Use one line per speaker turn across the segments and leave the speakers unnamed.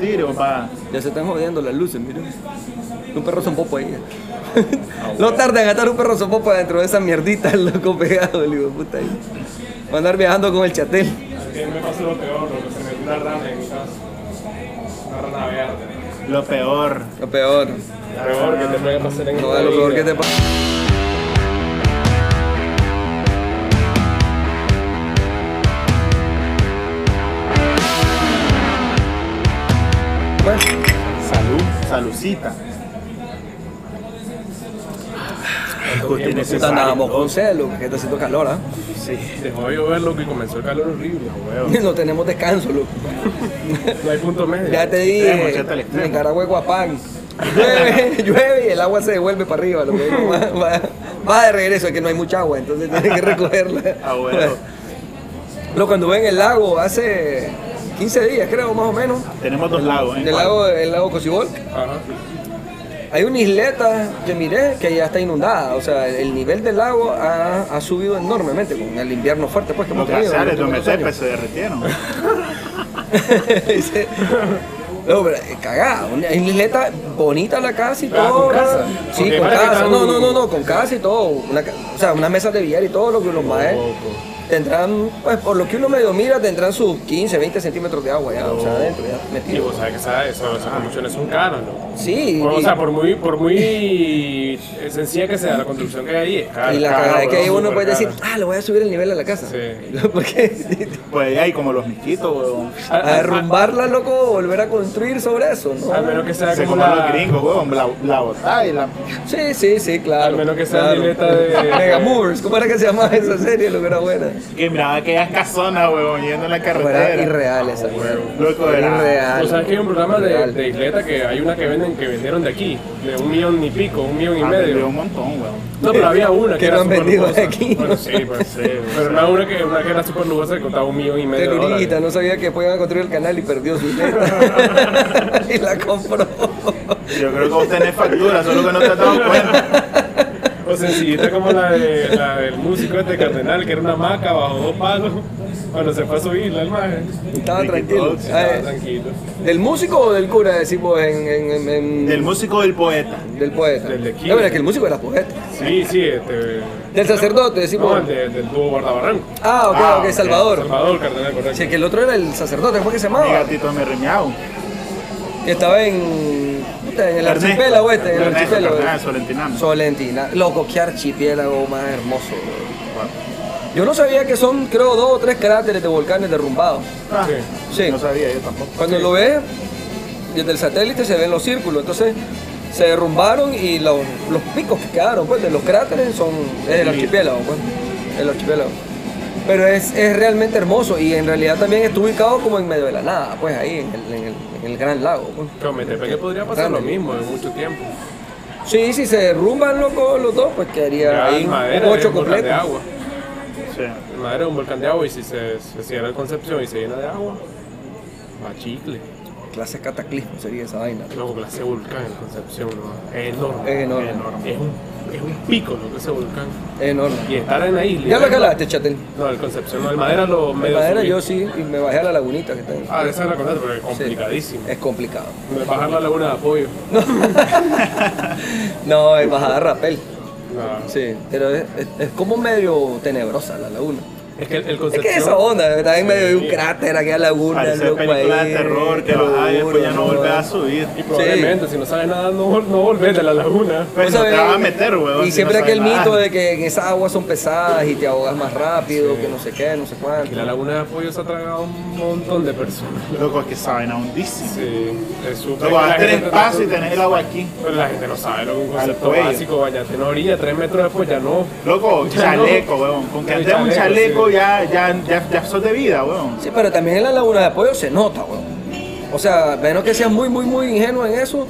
Tigre, papá.
Ya se están jodiendo las luces, miren. Un perro popo ahí. no tarda en gastar un perro popo dentro de esa mierdita, loco pegado, el hijo de puta ahí. Va a andar viajando con el chatel.
Que me pasó lo peor, lo que se me dio una rana en mi casa. Una rana verde.
Lo peor.
Lo peor.
Lo peor que te puede pasar en
No,
esta
lo peor que
vida.
te pasa. Bueno,
Salud. Salucita. Justo
puta, andábamos con celo, que está haciendo calor, ¿ah?
Dejó de llover, loco, y comenzó el calor horrible, weón.
No tenemos descanso, loco.
No hay punto medio.
Ya te
extremo,
dije,
echate al extremo.
Nicaragua es guapán. Llueve, llueve y el agua se devuelve para arriba. Lo que va, va- va de regreso, es que no hay mucha agua, entonces tienes que recogerla.
Ah, bueno.
Loco, anduve en el lago hace 15 días, creo, más o menos.
Tenemos dos lagos. ¿eh?
En el lago, el lago Cocibol.
Ajá.
Hay una isleta que miré que ya está inundada. O sea, el nivel del lago ha, ha subido enormemente con el invierno fuerte pues, que hemos
Los
tenido. en
glaciares,
los
los
últimos años.
metepes pues, se derritieron.
Dice, No, pero eh, cagada, una isleta bonita la casa y
Ah,
todo.
¿con casa?
Sí,
Porque
con
parece que
casa.
está
No,
un-
no, no, no, con casa y todo. Una ca- o sea, unas mesas de billar y todo lo que los maestros tendrán, pues por lo que uno medio mira, tendrán sus 15, 20 centímetros de agua ya, o sea, adentro ya,
Y
metido.
vos sabés que sabes, eso, esas construcciones son caras, loco.
Ah. Sí,
Bueno, o
y-
sea, por muy, por muy sencilla que sea la construcción que hay ahí, es cara.
y la cagada es que ahí uno puede decir, ah, le voy a subir el nivel a la casa.
Sí. Ah,
Porque
Pues ahí como los misquitos, weón.
a derrumbarla, loco, volver a construir sobre eso, ¿no?
Al menos que sea
Se
como
como los
la...
gringos, weón. La, la botá y la...
Sí, sí, sí, claro.
Al menos que sea
claro.
libreta de-
Megamoors, ¿cómo era que se llamaba esa serie? Lo que era buena.
Que miraba aquellas casonas, weón, yendo en la
Era
carretera.
irreal
Ah,
esa serie.
Loco,
Era
era...
irreal.
O sea, que hay un programa de,
Real.
de isleta que hay una que venden que vendieron de aquí, de un millón y pico, un millón y
Ah, vendió
medio.
un montón, weón.
No, pero había una que,
Que
era
no han
súper
vendido
lujosa.
de aquí.
Bueno, sí, pues sí. Pero no, una que, una que era súper lujosa que costaba un millón y medio de
Telurita,
dólares.
no sabía que podían construir el canal y perdió su letra. y la compró.
Yo creo que vos tenés factura, solo que no te has dado cuenta.
O sencillita como la, de, la del músico este Cardenal, que era una maca bajo dos palos. Cuando se fue a subirla, el maje.
Estaba
Ricky
tranquilo.
Tox,
Ah,
Estaba
eh,
tranquilo.
¿Del músico o del cura decimos en, en- en- en-
Del músico del poeta.
del poeta?
Del de
No, pero es que el músico era poeta.
Sí, sí, este.
Del sacerdote
No,
decimos.
el de- del tubo guardabarranco.
Ah, ok,
Ah,
ok,
ok.
Salvador.
Salvador Cardenal, correcto.
Sí, que el otro era el sacerdote, ¿cómo es que se
Mi
llamaba?
gatito me remiao.
Que estaba en. puta, En el
Ernesto.
archipiélago este, en el
Ernesto
archipiélago.
Fernández Solentinamo.
Solentina. Loco, qué archipiélago más hermoso, bro. Yo no sabía que son, creo, dos o tres cráteres de volcanes derrumbados.
Ah,
Sí.
No sabía yo tampoco.
Cuando lo ves, desde el satélite se ven los círculos. Entonces, se derrumbaron y los, los picos que quedaron, pues, de los cráteres son. Es el archipiélago, pues. El archipiélago. Pero es, es realmente hermoso y en realidad también está ubicado como en medio de la nada, pues ahí, en el, en el- en el gran lago. pues.
Pero me tepe que podría pasar lo mismo en mucho tiempo.
Sí, si se derrumban loco, los dos, pues quedaría
Ya,
ahí
en madera, es
ocho
un volcán de
completos.
agua.
Sí.
En madera es un volcán de agua y si se, se cierra el Concepción y se llena de agua, va chicle.
Clase cataclismo sería esa vaina.
Luego clase volcán en Concepción, ¿no? es enorme.
Es enorme.
Es un, es un pico lo que ese volcán.
Es enorme.
Y estar en la isla.
Ya lo calaste, chatel.
No, el Concepción, no, el madera lo
En
medio.
madera
subí.
yo sí, y me bajé a la lagunita que está ahí.
Ah, esa la contaste, pero es
Sí.
complicadísimo.
Es complicado.
Bajar la laguna de apoyo.
No, es bajada de rapel.
No.
Sí, pero es, es- es como medio tenebrosa la laguna.
Es que el, el
Es
Concepción.
que esa onda, también medio de un
Sí.
cráter aquí a la laguna.
Parece
loco,
película
ahí,
de terror que
lo
bajás y después ya no
juro,
volvés a
¿no?
subir.
Y probablemente, si no sabes nada, no, vol- no volvés de la laguna.
Pues no
¿Vos
te
sabés?
vas a meter, weón.
Y
si
siempre
no
aquel
sabes nada.
mito de que en esas aguas son pesadas y te ahogas más rápido, que no sé qué, no sé cuánto.
Y la laguna de apoyo se ha tragado un montón de personas.
Loco, es que saben a hundísimo.
Sí, es súper.
Loco, vas a
la gente
tener
está-
espacio y tenés el agua aquí.
Pero la gente no sabe lo que un concepto
cuello.
básico, bañate en orilla, tres metros después ya no.
Loco,
Ya no.
chaleco, weón. Con que
Sí,
andes un
chaleco,
chaleco
sí.
ya, ya, ya, ya sos de vida, weón.
Sí, pero también en la laguna de apoyo se nota, weón. O sea, menos que seas muy, muy, muy ingenuo en eso,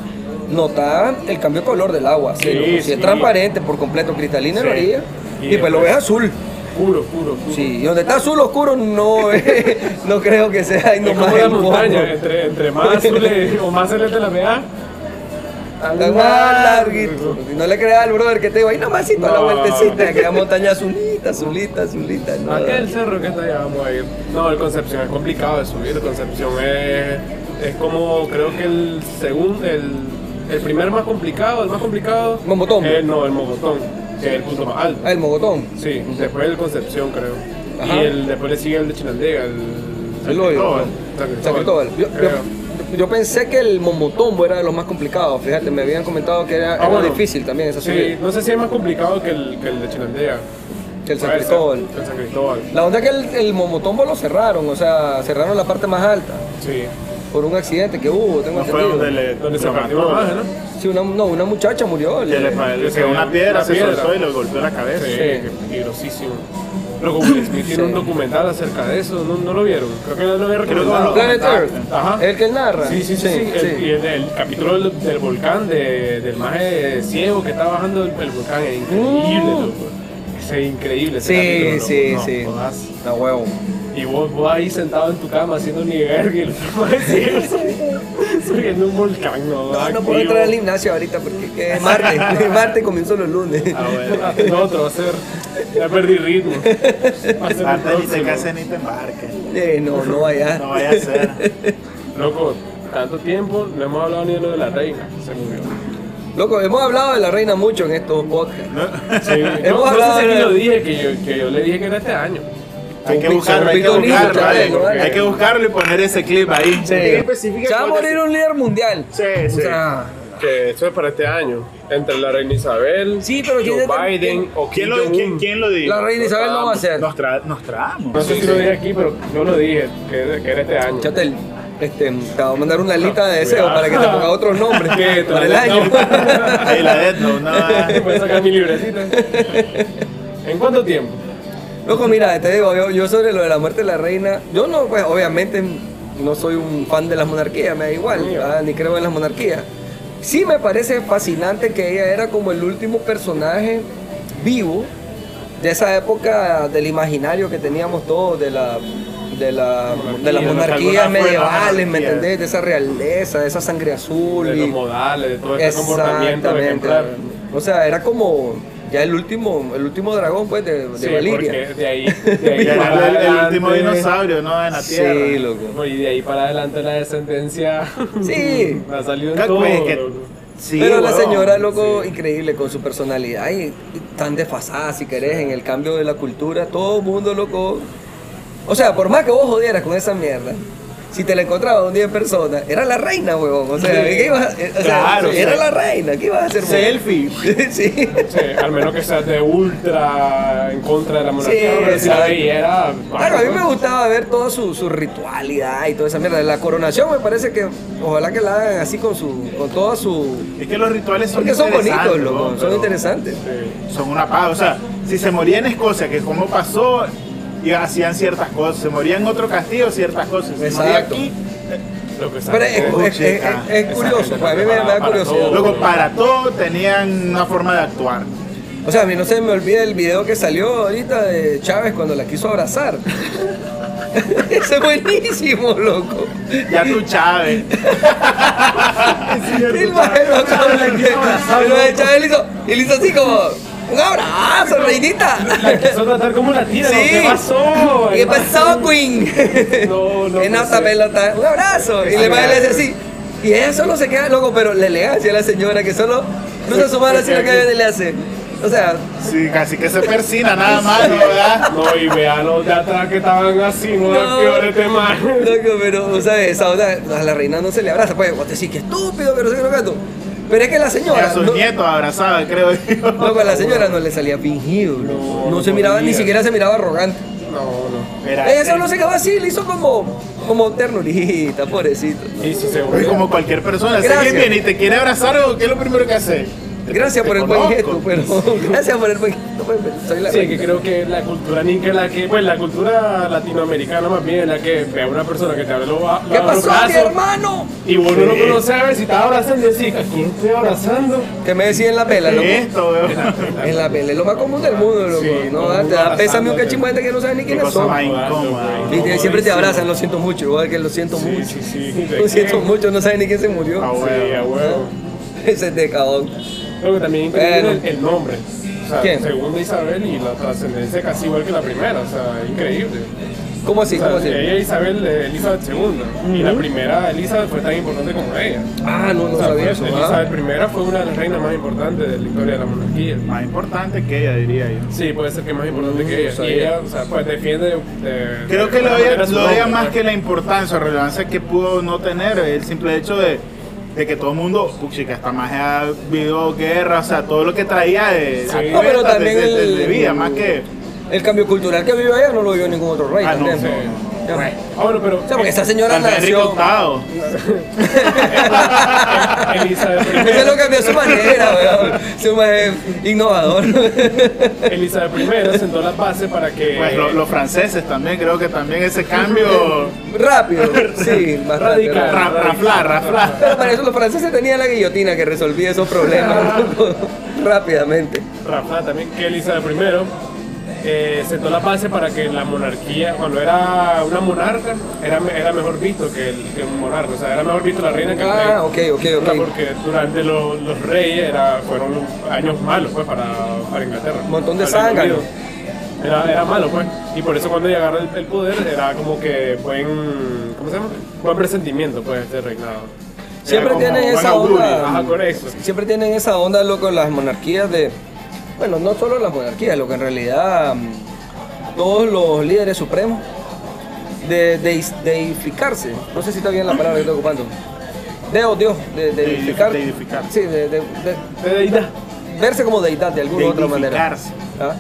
nota el cambio de color del agua. Sí,
Sí,
loco. Si
sí.
es transparente, por completo, cristalina en la
Sí.
orilla,
Y
y pues lo
después-
ves azul.
Puro, puro, puro.
Sí, y donde está azul oscuro no es- no creo que sea ahí
Es
nomás
como la
el fondo.
montaña, entre, entre más azules o más celeste la vea,
Está más larguito. Y No le creas al brother que te digo, ahí nomásito a la
No.
vueltecita, que la montaña azulita, azulita, azulita. no.
Aquel cerro que está allá vamos a ir. No, el Concepción es complicado de subir. El Concepción es es como creo que el segundo, el, el primer más complicado, el más complicado.
Mogotón.
Eh, no, el Mogotón, que es el punto más alto.
Ah, el Mogotón.
Sí, después el Concepción creo.
Ajá.
Y el, después le sigue el de Chinandega, el
El hoyo.
San Cristóbal,
San Cristóbal. Yo,
creo.
yo- yo pensé que el Momotombo era de los más complicados, fíjate, me habían comentado que era,
Ah,
era
bueno.
difícil también esa subida,
Sí, no sé si es más complicado que el, que el de Chinandega.
que el San
Ah, el
Cristóbal.
El San Cristóbal,
La onda es que el, el Momotombo lo cerraron, o sea, cerraron la parte más alta
sí.
por un accidente que hubo, tengo
No fue
entendido.
donde le.
Donde se
lo
partió
mató,
la magia, ¿no?
Sí, una, no, una muchacha murió.
Que le pa-
Que
que
se-
una piedra
una
se
piedra.
soltó y le golpeó la cabeza.
Sí,
Sí.
qué peligrosísimo. Loco, Will Smith tiene un
Sí.
documental acerca de eso, ¿no, no lo vieron? Creo que no lo había
que
recomendado.
no lo-
Planet Earth,
Ah, Ajá.
el que él narra.
Sí, sí, sí. sí, El,
sí.
y el, el capítulo del, del volcán, de- del maje ciego que está bajando el, el volcán, es increíble,
Mm.
loco. Ese Es increíble ese capítulo,
Sí,
loco.
sí,
No,
sí.
jodas.
La huevo.
Y vos, vos ahí sentado en tu cama haciendo ni verga y el otro maje ciego sub- subiendo un volcán, ¿no?
No, no
Activo.
puedo entrar al gimnasio ahorita porque que es martes. es martes comienzo los lunes.
Ah, bueno. No, otro va a ser. Ya perdí ritmo. Va a ser el
Antes ni te
próximo.
cases ni te embarques.
Eh, no, no vaya.
No vaya a ser.
Loco, tanto tiempo no hemos hablado ni de lo de la reina. Se murió.
Loco, hemos hablado de la reina mucho en estos podcasts.
Sí,
Hemos
no, no
hablado
sé si
de-
lo dije, que yo, que yo le dije que era este año.
Hay que
Un
buscarlo, hay que
pito lindo,
buscarlo.
chaval,
vale.
¿no? Vale.
Hay que buscarlo y poner ese clip ahí.
Sí. Se va a morir un líder mundial.
Sí,
O
sí.
sea,
Que eso es para este año. Entre la reina Isabel,
Sí, pero ¿quién
Joe
es-
Biden
quién-
o
¿Quién
Kim
lo,
Jong-un.
quién, quién lo dijo?
"Mm, la reina Isabel no va a ser.
Nos, tra nos
No
trabamos.
sé si lo dije aquí, pero yo lo dije, que, que era este año.
Chatel, este, te voy a mandar una lista de deseos
Cuidado.
para que te ponga otros nombres
¿Qué?
para el año.
Ahí la Death Note,
Ah.
nada.
Voy a sacar mi libretita. ¿En cuánto tiempo?
Loco, mira, te digo, yo, yo sobre lo de la muerte de la reina, yo no, pues obviamente no soy un fan de las monarquías, me da igual,
Mío.
¿verdad? ni creo en las monarquías. Sí me parece fascinante que ella era como el último personaje vivo de esa época del imaginario que teníamos todos, de la de la de las
Monarquía, alguna fue
monarquías
la
medievales, ¿me
monarquía.
entendés? De esa realeza, de esa sangre azul.
De
y-
los modales, de todo este comportamiento de ejemplar.
o sea, era como ya el último, el último dragón pues de, de
Sí,
Valiria.
porque de ahí, de ahí
Ya
para
era el, el
adelante-
último dinosaurio, ¿no? En la tierra.
Sí, loco.
No, Y de ahí para adelante la descendencia.
Sí.
ha salido en
Cac,
todo.
pues, es que-
loco.
Sí,
Pero la
huevón.
señora, loco, increíble con su personalidad y, y tan desfasada, si querés, en el cambio de la cultura. Todo el mundo, loco. O sea, por más que vos jodieras con esa mierda, si te la encontrabas un día en persona, era la reina, huevón. O sea, ¿qué ibas a- eh, o sea,
Claro,
era
o sea,
la reina, ¿qué ibas a hacer?
Selfie.
huevón? sí.
Sí, al menos que seas de ultra en contra de la monarquía.
Sí,
pero si la
exacto.
veía era.
Claro, a mí me gustaba ver toda su, su ritualidad y toda esa mierda. La coronación me parece que, ojalá que la hagan así con su, con toda su.
Es que los rituales son
Porque son
interesantes,
bonitos, loco,
huevón,
son
pero
interesantes.
Sí.
Son una paga. O sea, si se moría en Escocia, que como pasó, y hacían ciertas cosas. Se moría en otro castillo, ciertas cosas. Se moría
Exacto.
aquí.
Lo que
Pero eh,
sabe.
es,
Oh,
es- es-
chica.
es- es curioso, pues, a mí me, me da
Para
curiosidad.
todo.
Luego, para todo tenían una forma de actuar.
O sea, a mí no se me olvida el video que salió ahorita de Chávez cuando la quiso abrazar. Ese es buenísimo, loco.
Ya tú, Chávez.
El maje, loco, la que- el maje Chávez le hizo, y le hizo así como, un abrazo, reinita.
La quiso tratar como la tira.
Sí.
¿no? ¿Qué pasó?
¿Qué pasó, Queen?
No, no
En
puede
alta
ser.
pelota. Un abrazo. Y le va a decir así. Y ella solo se queda loco, pero la elegancia de la señora que solo cruza su mano así la que le hace. O sea,
Sí, casi que se persina nada más, ¿no? ¿verdad?
No, y vean los de atrás que estaban así, no,
No.
peores de más.
Loco, pero, o sea, esa onda, a la reina no se le abraza, pues, vos te decís que estúpido, que no sé qué, no sé cuánto. Pero es que la
Y a
señora,
sus
no,
nietos abrazados, creo yo.
loco, a la señora no le salía fingido, loco.
No,
no,
no
se miraba, ni
podía.
siquiera se miraba arrogante.
No, no.
Era-
Ella solo se quedó así, le hizo como, como ternurita, pobrecito.
Y si se
Oye,
volvió.
como cualquier persona, si
Gracias.
alguien viene y te quiere abrazar, ¿o ¿qué es lo primero que hace?
Gracias
Te
por el buen
conozco.
gesto, pues, pero, gracias por el buen gesto, pues, pero soy la
Sí, que
reina.
creo que la cultura ninca es la que, pues la cultura latinoamericana más bien es la que ve a una persona que te abre los, ba-
¿Qué
los
pasó, mi
brazos
hermano?
y vos no lo
Sí.
conoces a ver si está abrazando y decís, ¿a quién estoy abrazando?
Que me decía en la pela, loco.
¿Qué es esto, weón?
En la pela, es lo más común del mundo, loco.
Sí,
no,
todo
da-
el
te
mundo
da pésame
abrazándote.
un cachimbo de gente que no sabe ni
Qué
quiénes
cosa
son.
más incómoda.
Y te-
No,
siempre te
sí.
abrazan, lo siento mucho, igual que lo siento
Sí,
mucho.
sí, sí.
Lo siento mucho, no sabe ni quién se
Ah,
murió.
bueno.
Sí, a huevo.
Ese es de cabrón.
Creo que también incluye
Bueno.
el, el nombre. O sea,
¿Quién?
segunda Isabel y la trascendencia casi igual que la primera, o sea, increíble.
¿Cómo así?
O sea,
¿Cómo así?
ella Isabel eh, Elizabeth II y la primera Elizabeth fue tan importante como ella.
Ah, no,
O
no
sea,
sabía
fue-
eso. ¿ah?
Elizabeth I fue una de las reinas más importantes de la historia de la monarquía.
Más importante que ella, diría yo.
Sí, puede ser que más importante que ella.
sabía.
Y ella, o sea, pues defiende. de- de-
Creo
de
que lo
buena
odia,
manera su
lo odia
nombre,
más
¿no?
que la importancia o relevancia que pudo no tener. El simple hecho de, de que todo el mundo, puchica, esta magia vivió guerra, o sea, todo lo que traía de,
Sí.
de-
No, pero
de-
también
de, de-
el-
de vida, más que.
El cambio cultural que vivió ella no lo vivió ningún otro rey.
Ah, no,
también,
sí.
pues. Ya.
Bueno.
Ah, bueno, pero.
O sea, porque esa señora
San Enrique
nació.
VIII.
Elizabeth I.
Ese lo cambió a su manera, weón. Su manera innovador.
Elizabeth I sentó las bases para que.
Pues lo- los franceses también, creo que también ese cambio.
Rápido, sí, bastante.
Radical.
rápido.
ra- Raflar, raflar.
Pero para eso los franceses tenían la guillotina que resolvía esos problemas rápidamente.
Rafa también, que Elizabeth I. eh, sentó las bases para que la monarquía, cuando era una monarca, era, me- era mejor visto que, el, que un monarca. O sea, era mejor visto la reina que el rey.
Ah, ok, ok,
O sea,
ok.
Porque durante lo- los reyes era, fueron años malos pues, para, para Inglaterra.
Un montón de
Para el Reino
zánganos.
Unido. Era, era malo, pues. Y por eso cuando llegaron el, el poder era como que buen, ¿cómo se llama? Buen presentimiento, pues, este reinado.
Siempre
como
tienen
buen
esa
augurio,
onda.
Ajá, correcto.
Siempre tienen esa onda, loco, las monarquías de. Bueno, no solo las monarquías, lo que en realidad mm, todos los líderes supremos de, de is- deificarse. No sé si está bien la palabra que estoy ocupando. Deo, Dios, de, de
Deidif-
deificar.
deificar.
Sí, de- de- de
De deidad.
verse como deidad de alguna u otra manera.
Deidificarse.
¿Ah?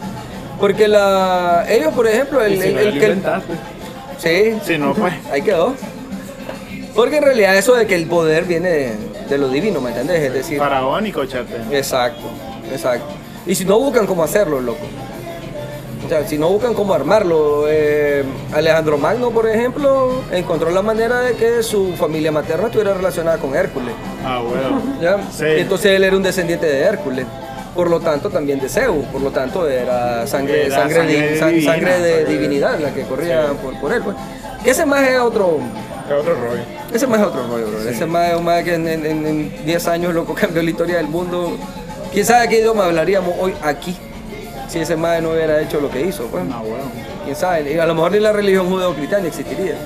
Porque la, ellos, por ejemplo, el,
Y si
el-
no pues,
el
lo
que el-
inventaste.
sí,
Si no, pues.
ahí quedó. Porque en realidad eso de que el poder viene de, de lo divino, ¿me entendés? Es decir,
Faraónico, chate.
exacto, exacto. Y si no buscan cómo hacerlo, loco. O sea, si no buscan cómo armarlo, eh, Alejandro Magno, por ejemplo, encontró la manera de que su familia materna estuviera relacionada con Hércules.
Ah, bueno.
¿ya?
Sí.
Y Entonces él era un descendiente de Hércules, por lo tanto también de Zeus, por lo tanto era sangre,
Era
sangre, di-
sangre
san-
divina,
sangre de
sangre-
divinidad la que corría por, por él. Pues. Que ese más es otro,
Es otro rollo.
ese más es otro rollo, bro. Ese más es un más que en- en en- en 10 años loco cambió la historia del mundo. ¿Quién sabe qué idioma hablaríamos hoy aquí? Si ese más no hubiera hecho lo que hizo, pues.
Ah, bueno.
¿Quién sabe? Y A lo mejor ni la religión judeocristiana existiría.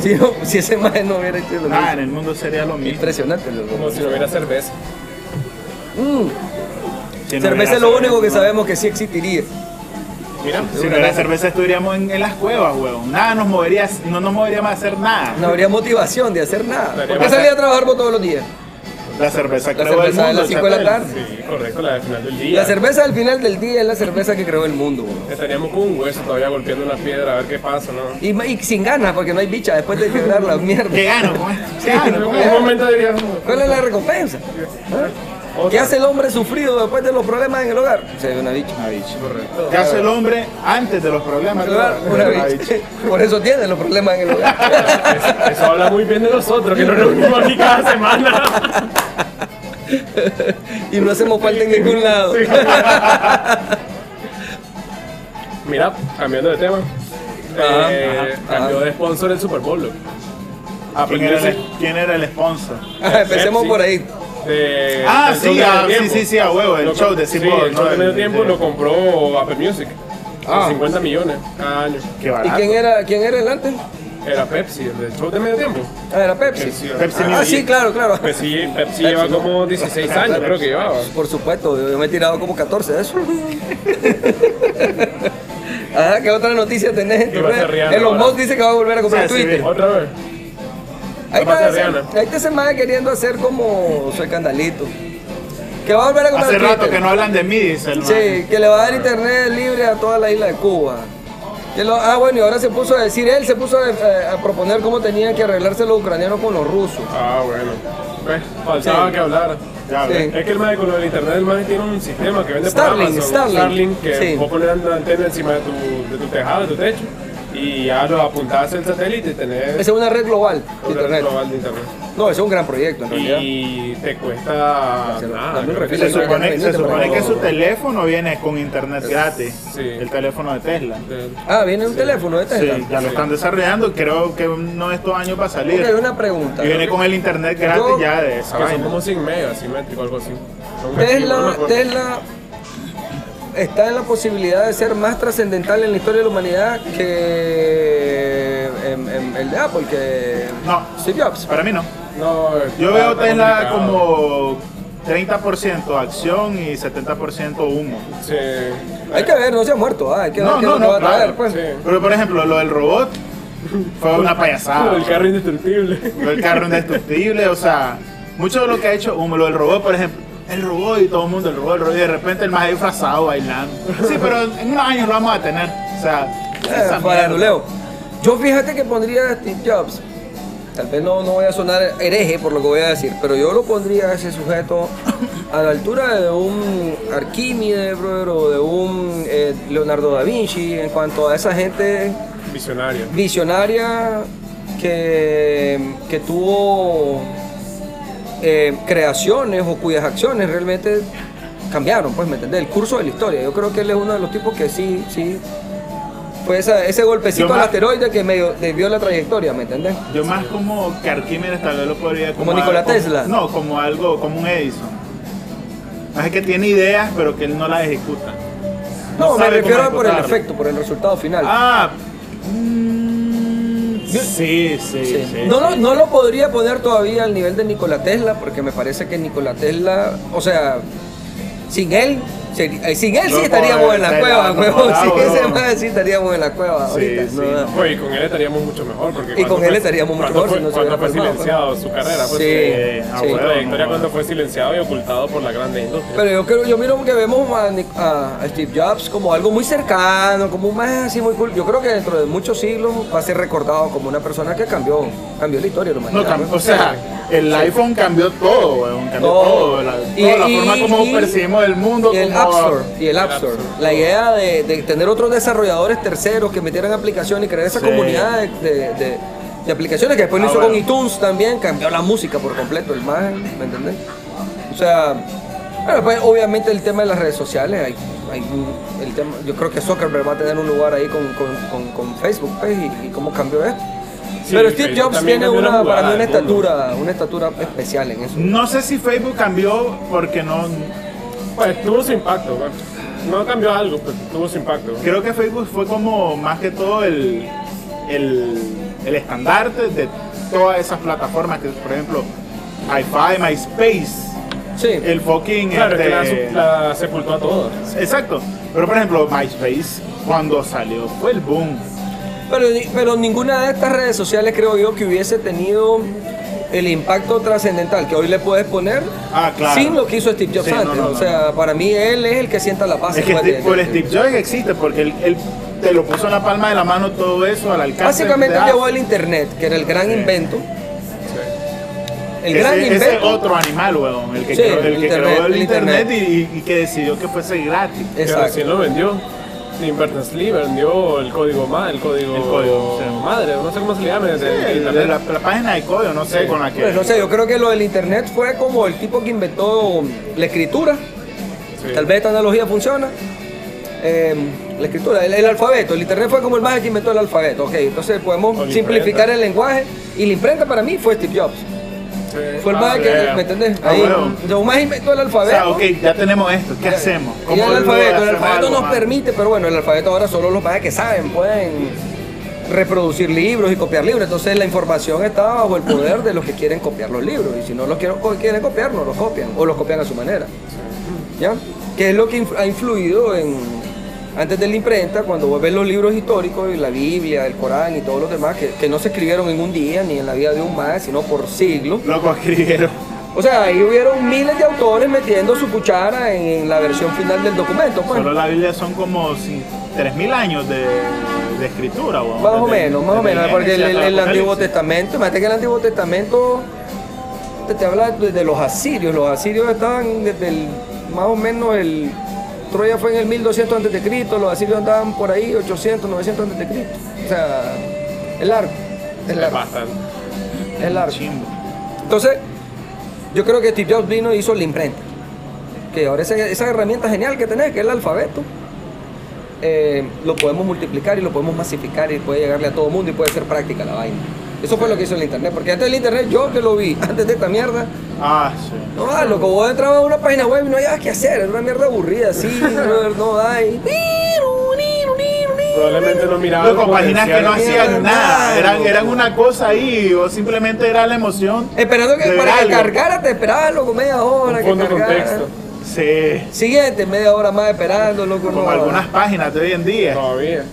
si, no- si ese más no hubiera hecho lo que
Ah,
hizo.
en el mundo sería lo mismo.
Impresionante, loco.
Como si no hubiera cerveza.
Mm.
Si no
cerveza
hubiera
es lo único que
cerveza, no.
sabemos que sí existiría.
Mira,
Si no era cerveza estuviéramos en, en las cuevas, huevón. Nada nos movería, no nos moveríamos a hacer nada.
No habría motivación de hacer nada. ¿Por qué
Estaríamos-
salía a trabajar vos todos los días?
La cerveza
La
creó el
cerveza de
mundo,
las cinco de la
chatel.
tarde.
sí, correcto, la del final del día.
La cerveza al final del día es la cerveza que creó el mundo. bro.
Estaríamos con un hueso todavía golpeando una piedra a ver qué pasa, ¿no?
Y, ma- y sin ganas, porque no hay bicha después de quebrar la mierda.
¿Qué gano con esto? ¿Qué
En
gano con
algún
esto?
momento diríamos.
¿Cuál es la recompensa? ¿Ah?
otra.
¿Qué hace el hombre sufrido después de los problemas en el hogar? Se ve una bicha.
Una bicha.
Correcto.
¿Qué pues. hace el hombre antes de los problemas?
Una bicha. Por eso tienen los problemas en el hogar.
Eso, eso habla muy bien de nosotros, que nos reunimos aquí cada semana.
y no hacemos falta en ningún lado.
Sí. Mira, cambiando de tema.
Ajá,
eh,
Ah, ajá,
cambió
ajá.
de sponsor el Super Bowl. loco.
Ah, ¿quién, era el, quién era el sponsor?
Empecemos
Pepsi.
por ahí.
De-
Ah,
del
sí,
show de
ah,
medio tiempo.
sí, sí, sí, a huevo, el
Lo
show
com-
de
sí,
Simón,
el show
¿no?
de medio
El-
tiempo
de-
lo compró Apple Music.
Ah.
Ah. 50 millones cada año.
Qué
¿Y
barato.
quién era, quién era el antes?
Era Pepsi, el del show de medio tiempo.
Ah, era Pepsi.
Pepsi, Pues,
Pepsi
ah,
Music.
sí, claro, claro.
Pepsi, Pepsi lleva
¿no?
como 16 años, creo que llevaba.
Por supuesto, yo me he tirado como 14 de eso. Ajá, ¿qué otra noticia tenés? en tu
Y va a ser
red?
Rihanna
Elon
ahora.
Musk dice que va a volver a comprar
O sea, sí,
Twitter.
Otra vez.
ahí,
va a
está
ser
ese,
Rihanna.
ahí está ese mae queriendo hacer como su escandalito. Que va a volver a comprar
Hace
Twitter.
rato que no hablan de mí, dice el man.
Sí, que le va a dar internet libre a toda la isla de Cuba. Que lo- ah, bueno, y ahora se puso a decir, él se puso a, a- a proponer cómo tenían que arreglarse los ucranianos con los rusos.
Ah, bueno. Pues, faltaba
Sí.
que hablar.
Ya,
Sí.
ve.
Es que el mae con lo del internet, el mae tiene un sistema que vende
Starlink,
por Amazon,
Starlink.
que
Sí.
vos pones una antena encima de tu, de tu tejado, de tu techo, y ya lo apuntás el satélite y tenés
Esa es una red global,
una red
internet.
global de internet.
No, eso es un gran proyecto en realidad.
Y te cuesta
Se lo-
nada.
dame un
creo que
refil
Se
Sí, ahí.
te-
supone, se
independiente,
supone
pero-
que su teléfono viene con internet gratis.
Sí.
El teléfono de Tesla.
Ah, viene un teléfono de Tesla.
Sí, ya lo están desarrollando. Creo que uno de estos años va a salir.
Ok, una pregunta.
Y viene con el internet gratis
Yo-
ya de esa
Que son
vaina.
como 100 megas, simétrico, algo así. Son 21, no me
Tesla,
acuerdo.
Tesla está en la posibilidad de ser más trascendental en la historia de la humanidad que em, em, el de Apple, que
No.
Steve Jobs.
Para mí no.
pues. No,
Yo
está-
veo
está
Tesla
complicado.
como 30% acción y 70% humo.
Sí.
Hay que ver, no se ha muerto, ah, hay que ver
No,
qué
no,
es
no,
lo que va a
claro.
traer. Pues.
Sí.
Pero por ejemplo, lo del robot fue una
Como
payasada.
el carro indestructible.
Lo del carro indestructible, o sea, mucho de lo que ha hecho, como lo del robot, por ejemplo, el robot y todo el mundo, el robot, el robot, y de repente el más disfrazado bailando. Sí, pero en unos años lo vamos a tener. O sea, esa
Eh, faranduleo.
mierda.
Yo fíjate que pondría a Steve Jobs. Tal vez no, no voy a sonar hereje por lo que voy a decir, pero yo lo pondría a ese sujeto a la altura de un Arquímedes, brother, o de un eh, Leonardo da Vinci, en cuanto a esa gente
Visionario.
visionaria que, que tuvo eh, creaciones o cuyas acciones realmente cambiaron, pues, ¿me entendés? El curso de la historia. Yo creo que él es uno de los tipos que sí, sí. Fue esa- ese golpecito
Yo
al
más-
asteroide que medio desvió la trayectoria, ¿me entendés?
Yo más como que Arquímedes tal vez lo podría
Como Nikola
algo-
Tesla.
No, como algo, como un Edison. Es que tiene ideas, pero que él no las ejecuta.
No, me
sabe cómo
refiero a por el
ejecutarlas.
efecto, por el resultado final.
Ah, mm, sí, sí, sí.
Sí. No, lo- no lo podría poner todavía al nivel de Nikola Tesla, porque me parece que Nikola Tesla, o sea, sin él, seri- eh, sin él sí
No,
estaríamos en la
pobre,
cueva,
Tesla,
huevón.
no,
Sin
no,
ese
no.
man sí estaríamos en la cueva
Sí,
ahorita.
sí,
no,
no.
no.
Oye, y con él estaríamos mucho mejor. Porque
Y
cuando
con él
fue-
estaríamos mucho
cuando
mejor si
fue-
no se hubiera
Cuando fue
formado,
silenciado su carrera. pues,
Sí,
eh,
sí.
a su trayectoria
ah, no.
cuando fue silenciado y ocultado por la grande industria.
Pero yo creo, yo miro que vemos a, Ni- a- a Steve Jobs como algo muy cercano, como un más así muy cool. Yo creo que dentro de muchos siglos va a ser recordado como una persona que cambió, cambió la historia de la
No,
humanidad,
cam-
¿no?
o sea, el iPhone cambió todo, weón, cambió
Todo.
todo. La,
Y-
toda la
y-
forma como
y-
percibimos el mundo.
Y el
como-
App Store. Y el App
App
Store.
Store.
La idea de, de tener otros desarrolladores terceros que metieran aplicaciones y crear esa
Sí.
comunidad de, de- de- de aplicaciones que después lo
Ah,
hizo con
bueno.
iTunes también, cambió la música por completo, el más, ¿me entendés? O sea, bueno, pues obviamente el tema de las redes sociales, hay, hay un- el tema, yo creo que Zuckerberg va a tener un lugar ahí con, con- con- con Facebook pues, y, y cómo cambió esto.
Sí,
Pero Steve
Facebook
Jobs
también
tiene
cambió la
una, para
jugada
mí una
del mundo.
estatura, una estatura especial en eso.
No sé si Facebook cambió porque no.
Pues tuvo su impacto. pues. No cambió algo, pero tuvo su impacto.
Creo que Facebook fue como más que todo el, el, el estandarte de todas esas plataformas que, por ejemplo, iFi, MySpace,
Sí.
el fucking.
Claro, es que la,
este,
su- la sepultó a todos.
Exacto. Pero por ejemplo, MySpace, cuando salió, fue el boom.
Pero, ni- pero ninguna de estas redes sociales creo yo que hubiese tenido el impacto trascendental que hoy le puedes poner
Ah, claro.
sin lo que hizo Steve Jobs
Sí, no,
antes.
no,
o
no,
sea, para mí él es el que sienta la paz.
Es que
pues,
Steve,
de-
por
de-
Steve Jobs existe, porque él, él te lo puso en la palma de la mano todo eso al alcance.
Básicamente
de- ah,
llevó el Internet, que era el gran invento. El
ese,
gran
ese
invento.
otro animal, weón, el que,
Sí,
creó, el
el
que
internet,
creó el
el
internet,
internet. Eh,
Y, y que decidió que fuese gratis.
Pero
Exacto.
si lo vendió. Tim Berners-Lee vendió el código madre, el código,
El código, sí.
madre, no sé cómo se le llama.
Sí,
de- de
la,
internet.
la- la página de código, no sé,
Sí.
con la que...
Pues, no sé, yo creo que lo del Internet fue como el tipo que inventó la escritura.
Sí.
Tal vez esta analogía funciona. Eh, la escritura, el, el alfabeto, el internet fue como el más que inventó el alfabeto. Ok, entonces
O la
podemos simplificar
imprenta.
el lenguaje. Y la imprenta para mí fue Steve Jobs.
Sí.
Fue el
Ah,
más que,
sí.
¿me entendés?
Ah,
Ahí,
bueno.
yo más inventó el
o
alfabeto.
sea, ok, ya tenemos esto, ¿qué hacemos?
Y
¿Cómo
el alfabeto, el
hacemos
alfabeto
algo
nos
más?
permite, pero bueno, el alfabeto ahora solo los más que saben pueden reproducir libros y copiar libros. Entonces la información está bajo el poder de los que quieren copiar los libros. Y si no los quieren, quieren copiar, no los copian. O los copian a su manera. ¿Ya? Que es lo que inf- ha influido en. Antes de la imprenta, cuando vos ves los libros históricos, y la Biblia, el Corán y todos los demás, que, que no se escribieron en un día ni en la vida de un más, sino por siglos.
Loco, escribieron.
O sea, ahí hubieron miles de autores metiendo su cuchara en, en la versión final del documento. pues.
Solo la Biblia son como si- 3.000 años de, de escritura, weón.
Más o
desde-
menos, más o
desde
menos, porque el,
Génesis
el-
hasta
el Antiguo
Apocalipsis.
Testamento, imagínate que el Antiguo Testamento te, te habla de, de los asirios, los asirios estaban desde el, más o menos el, Troya fue en el 1200 antes de Cristo, los asirios andaban por ahí 800, 900 antes de Cristo, o sea, es largo, es
Es
largo,
bastante.
es largo.
Chimbo.
Entonces, yo creo que Steve Jobs vino y hizo la imprenta. Que ahora esa, esa herramienta genial que tenés, que es el alfabeto, eh, lo podemos multiplicar y lo podemos masificar y puede llegarle a todo el mundo y puede ser práctica la vaina. Eso fue lo que hizo el internet. Porque antes del internet, yo que lo vi, antes de esta mierda,
Ah, sí.
no, ah, loco, vos entrabas a una página web y no había qué hacer, era una mierda aburrida, así, no, no hay.
Probablemente no miraba.
pues,
Loco, páginas que no
hacían.
hacían nada, eran, eran
loco.
una cosa ahí, o simplemente era la emoción.
Esperando que
de ver
para que
algo.
cargara, te esperabas, loco, media hora que
Fondo
cargara.
contexto.
Sí,
Siguiente, media hora más esperando, loco,
como
no.
algunas páginas de hoy en día.
Todavía.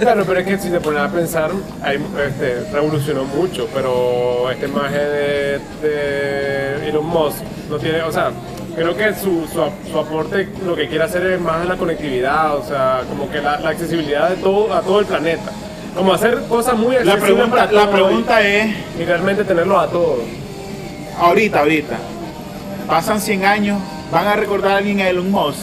claro, pero es que si te pones a pensar, hay, este, revolucionó mucho, pero esta imagen de, de Elon Musk no tiene, o sea, creo que su, su, ap- su aporte lo que quiere hacer es más la conectividad, o sea, como que la, la accesibilidad de todo, a todo el planeta. Como hacer cosas muy
La
accesibles
pregunta,
para
la
todos
pregunta es,
y realmente tenerlos a todos.
ahorita, ahorita, pasan 100 años, ¿van a recordar a alguien a Elon Musk?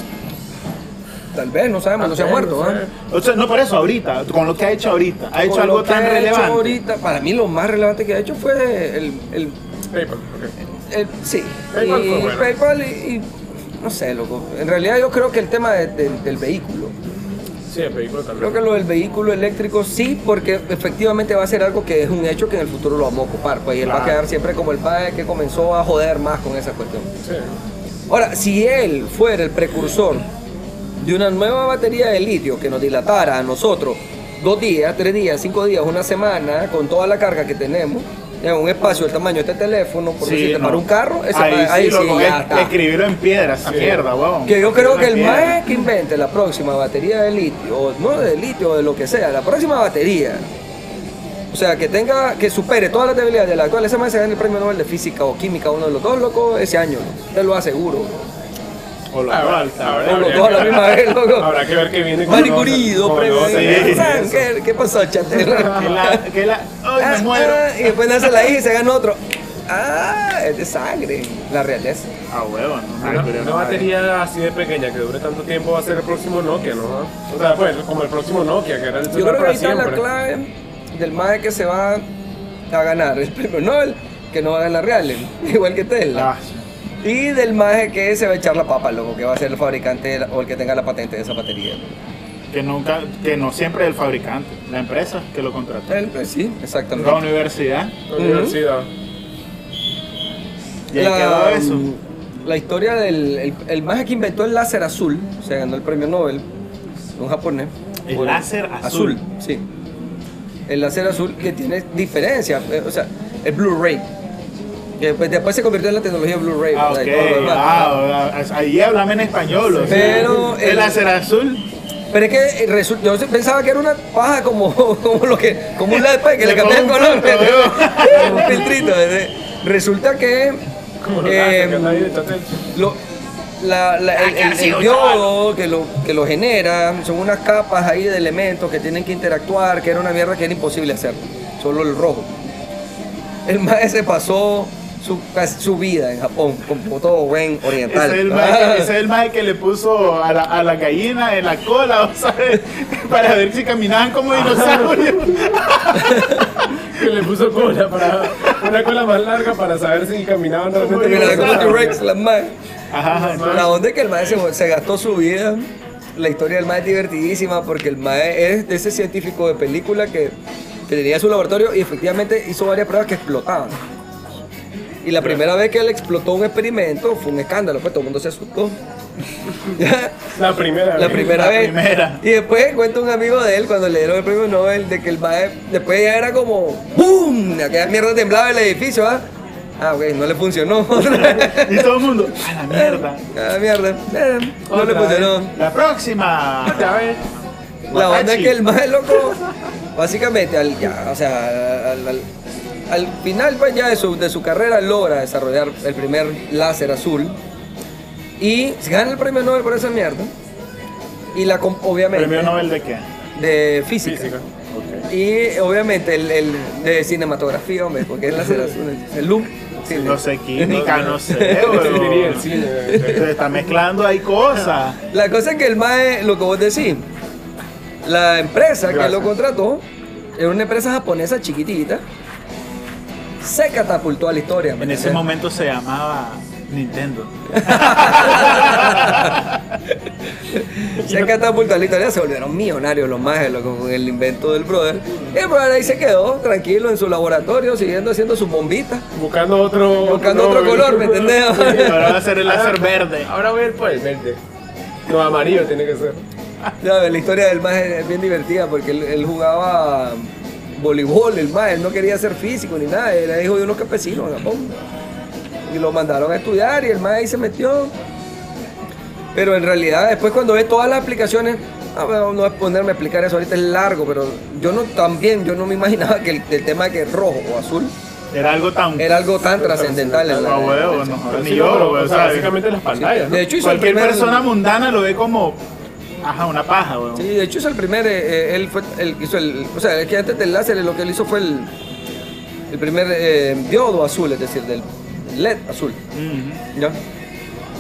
Tal vez, no sabemos, no se ha muerto,
Eh, No sé.
¿ah?
O sea, no por eso, ahorita, con lo que ha hecho ahorita, ha hecho
Con lo
algo
que
tan
ha hecho
relevante.
ahorita, para mí lo más relevante que ha hecho fue el, el,
PayPal, ok.
el- sí.
PayPal
y
fue bueno.
PayPal y, y no sé, loco. En realidad yo creo que el tema de- del- del vehículo.
Sí, el PayPal también.
Creo que lo del vehículo eléctrico sí, porque efectivamente va a ser algo que es un hecho que en el futuro lo vamos a ocupar. Pues y él va a
Claro.
quedar siempre como el padre que comenzó a joder más con esa cuestión.
Sí.
Ahora, si él fuera el precursor de una nueva batería de litio que nos dilatara a nosotros dos días, tres días, cinco días, una semana, con toda la carga que tenemos, en un espacio del tamaño de este teléfono, por
Sí,
decirte,
no.
para un carro, ese
ahí,
ma-
sí,
ahí sí,
loco,
ya
es-
está.
escribirlo en piedra, esa mierda, weón.
Que yo creo que el
Escribirlo en piedra.
más que invente la próxima batería de litio, o no de litio, o de lo que sea, la próxima batería, o sea, que tenga, que supere todas las debilidades de la actual, ese más se gana el premio Nobel de Física o Química, uno de los dos, loco, ese año, te lo aseguro.
O lo
Ahora,
falta,
ahora,
weón.
Pongo
habría
todo a la
que-
misma vez, loco.
Habrá que ver qué viene con
Maricurido, premio.
sí.
¿Saben ¿Qué, ¿Qué pasó, chate?
Que la, que la, ay,
Ah,
me muero.
ah, y después nace la hija y se gana otro. Ah, es de sangre. La realeza.
Ah, huevón.
Una, una batería así de pequeña que dure tanto tiempo va a ser el próximo Nokia, ¿no? O sea, pues como el próximo Nokia, que era el
Yo creo
celular
que
para
ahí está la
siempre.
clave del MAE que se va a ganar el premio Nobel, que no va a ganar Real, igual que Tesla.
Ah.
Y del MAE que se va a echar la papa, loco, que va a ser el fabricante de la- o el que tenga la patente de esa batería.
Que nunca, que no siempre es el fabricante, la empresa que lo contrató.
Él, pues, sí, exactamente.
La universidad.
La universidad.
Y ahí quedó eso.
mm, La historia del el, el maje que inventó el láser azul, se ganó el premio Nobel, un japonés.
El
Por-
láser azul.
Sí. El láser azul que tiene diferencia, eh, o sea, el Blu-ray. Que, pues, después se convirtió en la tecnología Blu-ray.
Ah,
¿verdad?
ok.
Y todo lo demás.
Ah, ah, ahí háblame en español. o sea.
Pero
el
el-
láser azul.
Pero es que eh, resu- yo pensaba que era una paja como, como lo que, como un LED que
Le
le cambié el
pongo un
color.
filtro, veo.
un filtrito. ¿verdad? Resulta que.
Como lo
eh,
que está ahí, chatel.
Lo- la- la- el, el- el diodo que lo, que lo genera son unas capas ahí de elementos que tienen que interactuar, que era una mierda que era imposible hacer, solo el rojo. El mae se pasó su, casi su vida en Japón, como todo buen
Ese
oriental. Ah.
es el mae que- ese es el mae que le puso a la, a la gallina en la cola, o sea, para ver si caminaban como dinosaurios.
Que le puso cola para una cola más larga para saber si caminaban realmente.
Mira, como T-Rex, la mae.
Ajá,
La onda es que el mae se, se gastó su vida. La historia del mae es divertidísima porque el mae es de ese científico de película que, que tenía su laboratorio y efectivamente hizo varias pruebas que explotaban. Y la primera vez que él explotó un experimento fue un escándalo, pues todo el mundo se asustó.
La primera.
la
vez.
primera
La
vez.
primera.
Y después cuenta un amigo de él cuando le dieron el premio Nobel de que el mae después ya era como ¡Bum! Aquella mierda temblaba el edificio, ¿ah? Ah, ok, no le funcionó.
Y todo el mundo, a la mierda.
Ah, mierda. Eh, no le
Otra
funcionó.
La próxima.
Otra vez.
La onda es
Matachi.
que el más loco, básicamente, al, ya, o sea, al, al- al final pues, ya de su, de su carrera logra desarrollar el primer láser azul y se gana el premio Nobel por esa mierda. Y la, com- obviamente,
¿Premio Nobel de qué?
de física.
Física.
Y obviamente el, el de cinematografía, hombre, porque es láser azul, el loop. cine.
No sé, química, no sé,
Diría el
weón.
cine.
Se está mezclando ahí cosas.
La cosa es que el MAE, lo que vos decís, la empresa que
Gracias.
lo contrató era una empresa japonesa chiquitita. Se catapultó a la historia. ¿me
En ese
entendés?
momento se llamaba Nintendo.
Se catapultó a la historia, se volvieron millonarios los majes loco, con el invento del brother. Y el brother ahí se quedó tranquilo en su laboratorio, siguiendo haciendo sus bombitas.
Buscando otro.
Buscando otro color, ¿me entendés?
Ahora va a ser el láser verde.
Ahora voy a ir por el verde. No, amarillo tiene que ser.
Ya, la historia del maje es bien divertida porque él, él jugaba voleibol, el maje, él no quería ser físico ni nada, era hijo de unos campesinos en Japón. Y lo mandaron a estudiar y el maje ahí se metió. Pero en realidad, después cuando ve todas las aplicaciones, ah, bueno, no es ponerme a explicar eso ahorita es largo, pero yo no también, yo no me imaginaba que el, el tema que es rojo o azul
Era algo tan.
era algo tan trascendental. en la-
Ah, huevo, no,
Pero
ni
sí,
yo,
no,
huevo,
o sea,
¿sabes?
básicamente las pantallas. ¿no?
De hecho, hizo el
Cualquier
primer-
persona mundana lo ve como. Ajá, una paja, huevo.
Sí, de hecho es el primer, eh, eh, él fue el que hizo el, o sea, es que antes del láser lo que él hizo fue el, el primer eh, diodo azul, es decir, del LED azul,
Ujú.
¿ya?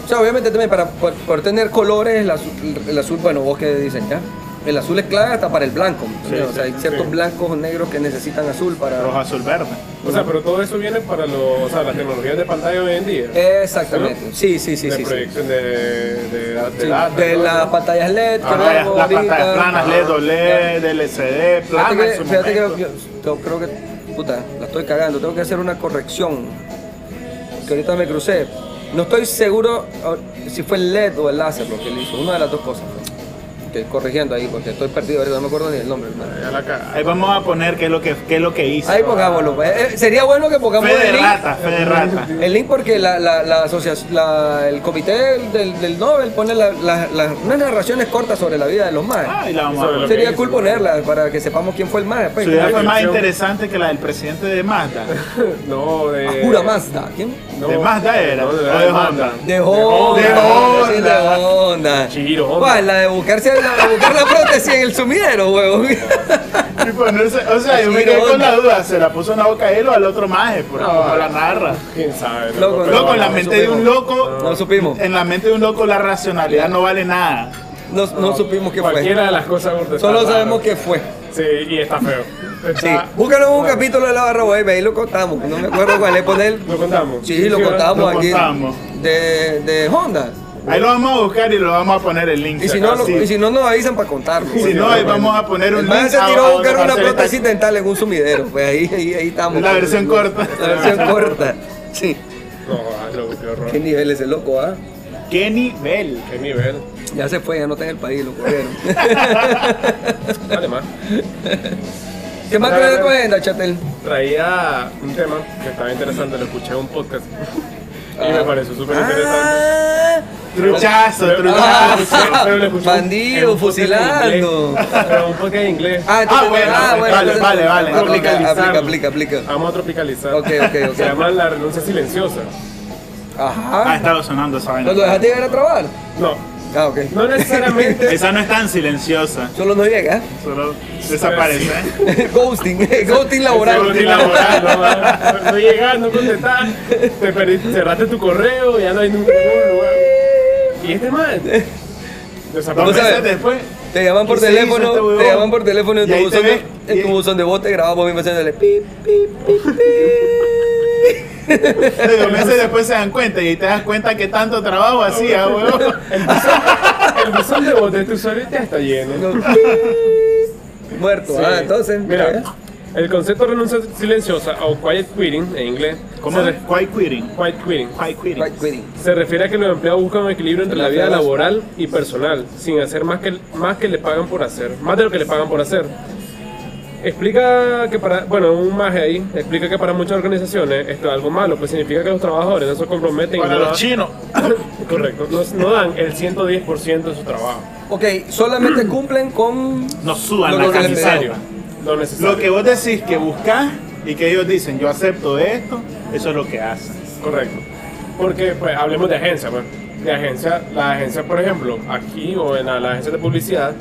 O sea, obviamente también para por, por tener colores, el azul, el azul, bueno, vos que dicen, ¿ya? El azul es clave hasta para el blanco, ¿entendés?
Sí,
o sea,
sí,
hay ciertos
sí.
blancos o negros que necesitan azul para...
Rojo, azul, verde.
O sea, pero todo eso viene para los, o sea, las tecnologías de pantalla hoy en día.
Exactamente, sí, Eh, sí, sí,
de
sí. sí.
proyección de, de, de,
Sí,
datos,
de
¿no?
las pantallas LED, que
Pantallas-
hablamos
Ah, las
ahorita.
pantallas planas, E LED,
Ajá.
OLED, LCD,
Fíjate
planas. en
que,
su
fíjate que yo,
momento.
yo creo que, puta, la estoy cagando, tengo que hacer una corrección, que ahorita me crucé. No estoy seguro ah, si fue el LED o el láser lo que él hizo, una de las dos cosas. fue. Que corrigiendo ahí, porque estoy perdido ahorita, no me acuerdo ni el nombre, hermano.
Ya la caga.
Ahí vamos a poner qué es lo que, qué es lo que hizo.
Ahí pongámoslo, pues. Eh, eh, sería bueno que pongamos
Fe de
el link.
rata, fe de rata.
El link porque la, la, la asociación, la- el comité del, del Nobel pone la- la- la- unas narraciones cortas sobre la vida de los maes.
Ah, y la vamos a
Sobre
poner.
lo
Sería
que
cool
hizo.
ponerla para que sepamos quién fue el mae. pues.
Su idea fue
la
más
canción.
interesante que la del presidente de Mazda.
No, de.
Ajura Mazda. ¿Quién?
No,
¿De Mazda era?
No, de,
¿O de
Mazda.
Honda?
De Honda.
De Honda.
sí, de Honda.
Chihiro Honda.
¿Cuál? La de buscarse la, de buscar la prótesis en el sumidero, huevón.
Y ponerse- o sea, yo me quedé con la duda, se la puso en la boca a él o al otro maje, por
No.
por la narra.
¿Quién sabe?
Loco,
pero-
Loco, en la
no
mente de
supimos.
un loco,
No supimos.
en la mente de un loco la racionalidad no vale nada.
No, no supimos qué fue.
Cualquiera de las cosas gordas está
Solo
raro.
sabemos qué fue.
Sí, y está feo.
Sí.
Está-
Búscalo en un capítulo de la barra web, ahí lo contamos. No me acuerdo cuál es poner.
Lo contamos.
Sí, lo
lo
contamos aquí.
contamos.
De, de Honda.
Ahí lo vamos a buscar y lo vamos a poner el link.
Y si no, lo-
sí.
y si no nos avisan para contarlo.
Y si no, ahí vamos a poner un
El
link.
man se
a-
tiró
a
a buscar
donde
una
Marcelo está-
prótesis dental en un sumidero. Pues ahí, ahí, ahí estamos.
La versión corta.
La versión corta. Sí.
No, ah, loco, qué horror.
¿Qué nivel es el loco, ah?
¿Qué nivel?
Qué nivel.
Ya se fue, ya no está en el país, lo corrieron.
Vale, más.
¿Qué más trae cuenta, Chatel?
Traía un tema que estaba interesante, lo escuché en un podcast. Y me pareció súper interesante.
Ah,
Truchazo,
ah,
truchazo.
pero lo escuché en
bandido,
un podcast en
fusilando.
inglés. Pero un podcast en inglés.
Ah,
Ah, bueno, vale,
entonces-
vale, vale.
ah, Aplica, aplica,
Tropicalizarlo.
aplica, aplica.
Vamos a tropicalizar.
Ok, ok, ok.
Se llama La renuncia silenciosa.
Ah,
Ajá.
estaba sonando esa vaina.
¿Cuándo dejaste de ir a trabajar?
No,
Ah, ok.
no necesariamente.
Esa no es tan silenciosa,
Solo no llega.
solo desaparece. ¿eh?
ghosting, ghosting
Seguro
laboral.
que laboral, no, no, no llegas, no contestas, te perdiste, cerraste tu correo, ya no hay ningún lugar. Y este man
Dos
Vamos
meses
a ver.
desaparece.
después.
Te llaman por
¿qué se hizo
teléfono,
este huevón?
te llaman por teléfono en
Y
tu
ahí te
buzón de,
ve,
en tu
y-
buzón de voz te grabamos mi mensaje de pip, pip, pip, pip.
Dos meses después se dan cuenta y ahí te das cuenta que tanto trabajo hacía, huevón.
El buzón de voz de tu usuario ya está lleno.
No, pip. Muerto,
Sí.
ah, entonces.
Mira,
¿eh?
el concepto de renuncia silenciosa o quiet quitting en inglés.
¿Cómo?
se re-
Quiet quitting.
Quiet quitting.
Quiet quitting.
Right, quitting.
Se refiere a que los empleados buscan un equilibrio entre la vida laboral y personal, sin hacer más que, más que le pagan por hacer, más de lo que le pagan por hacer. Explica que para, bueno, un maje ahí, explica que para muchas organizaciones esto es algo malo, pues significa que los trabajadores no se comprometen y
Para
no
los
dan-
chinos.
Correcto, no, no dan el 110% de su trabajo.
Ok, solamente cumplen con.
No suban
Lo
la
que les
camisa.
pedimos.
Necesario, lo necesario.
Lo que vos decís que buscás y que ellos dicen, yo acepto esto, eso es lo que hacen.
Correcto. Porque, pues, hablemos de agencia, pues. De agencia, la agencia, por ejemplo, aquí o en la, la agencia de publicidad,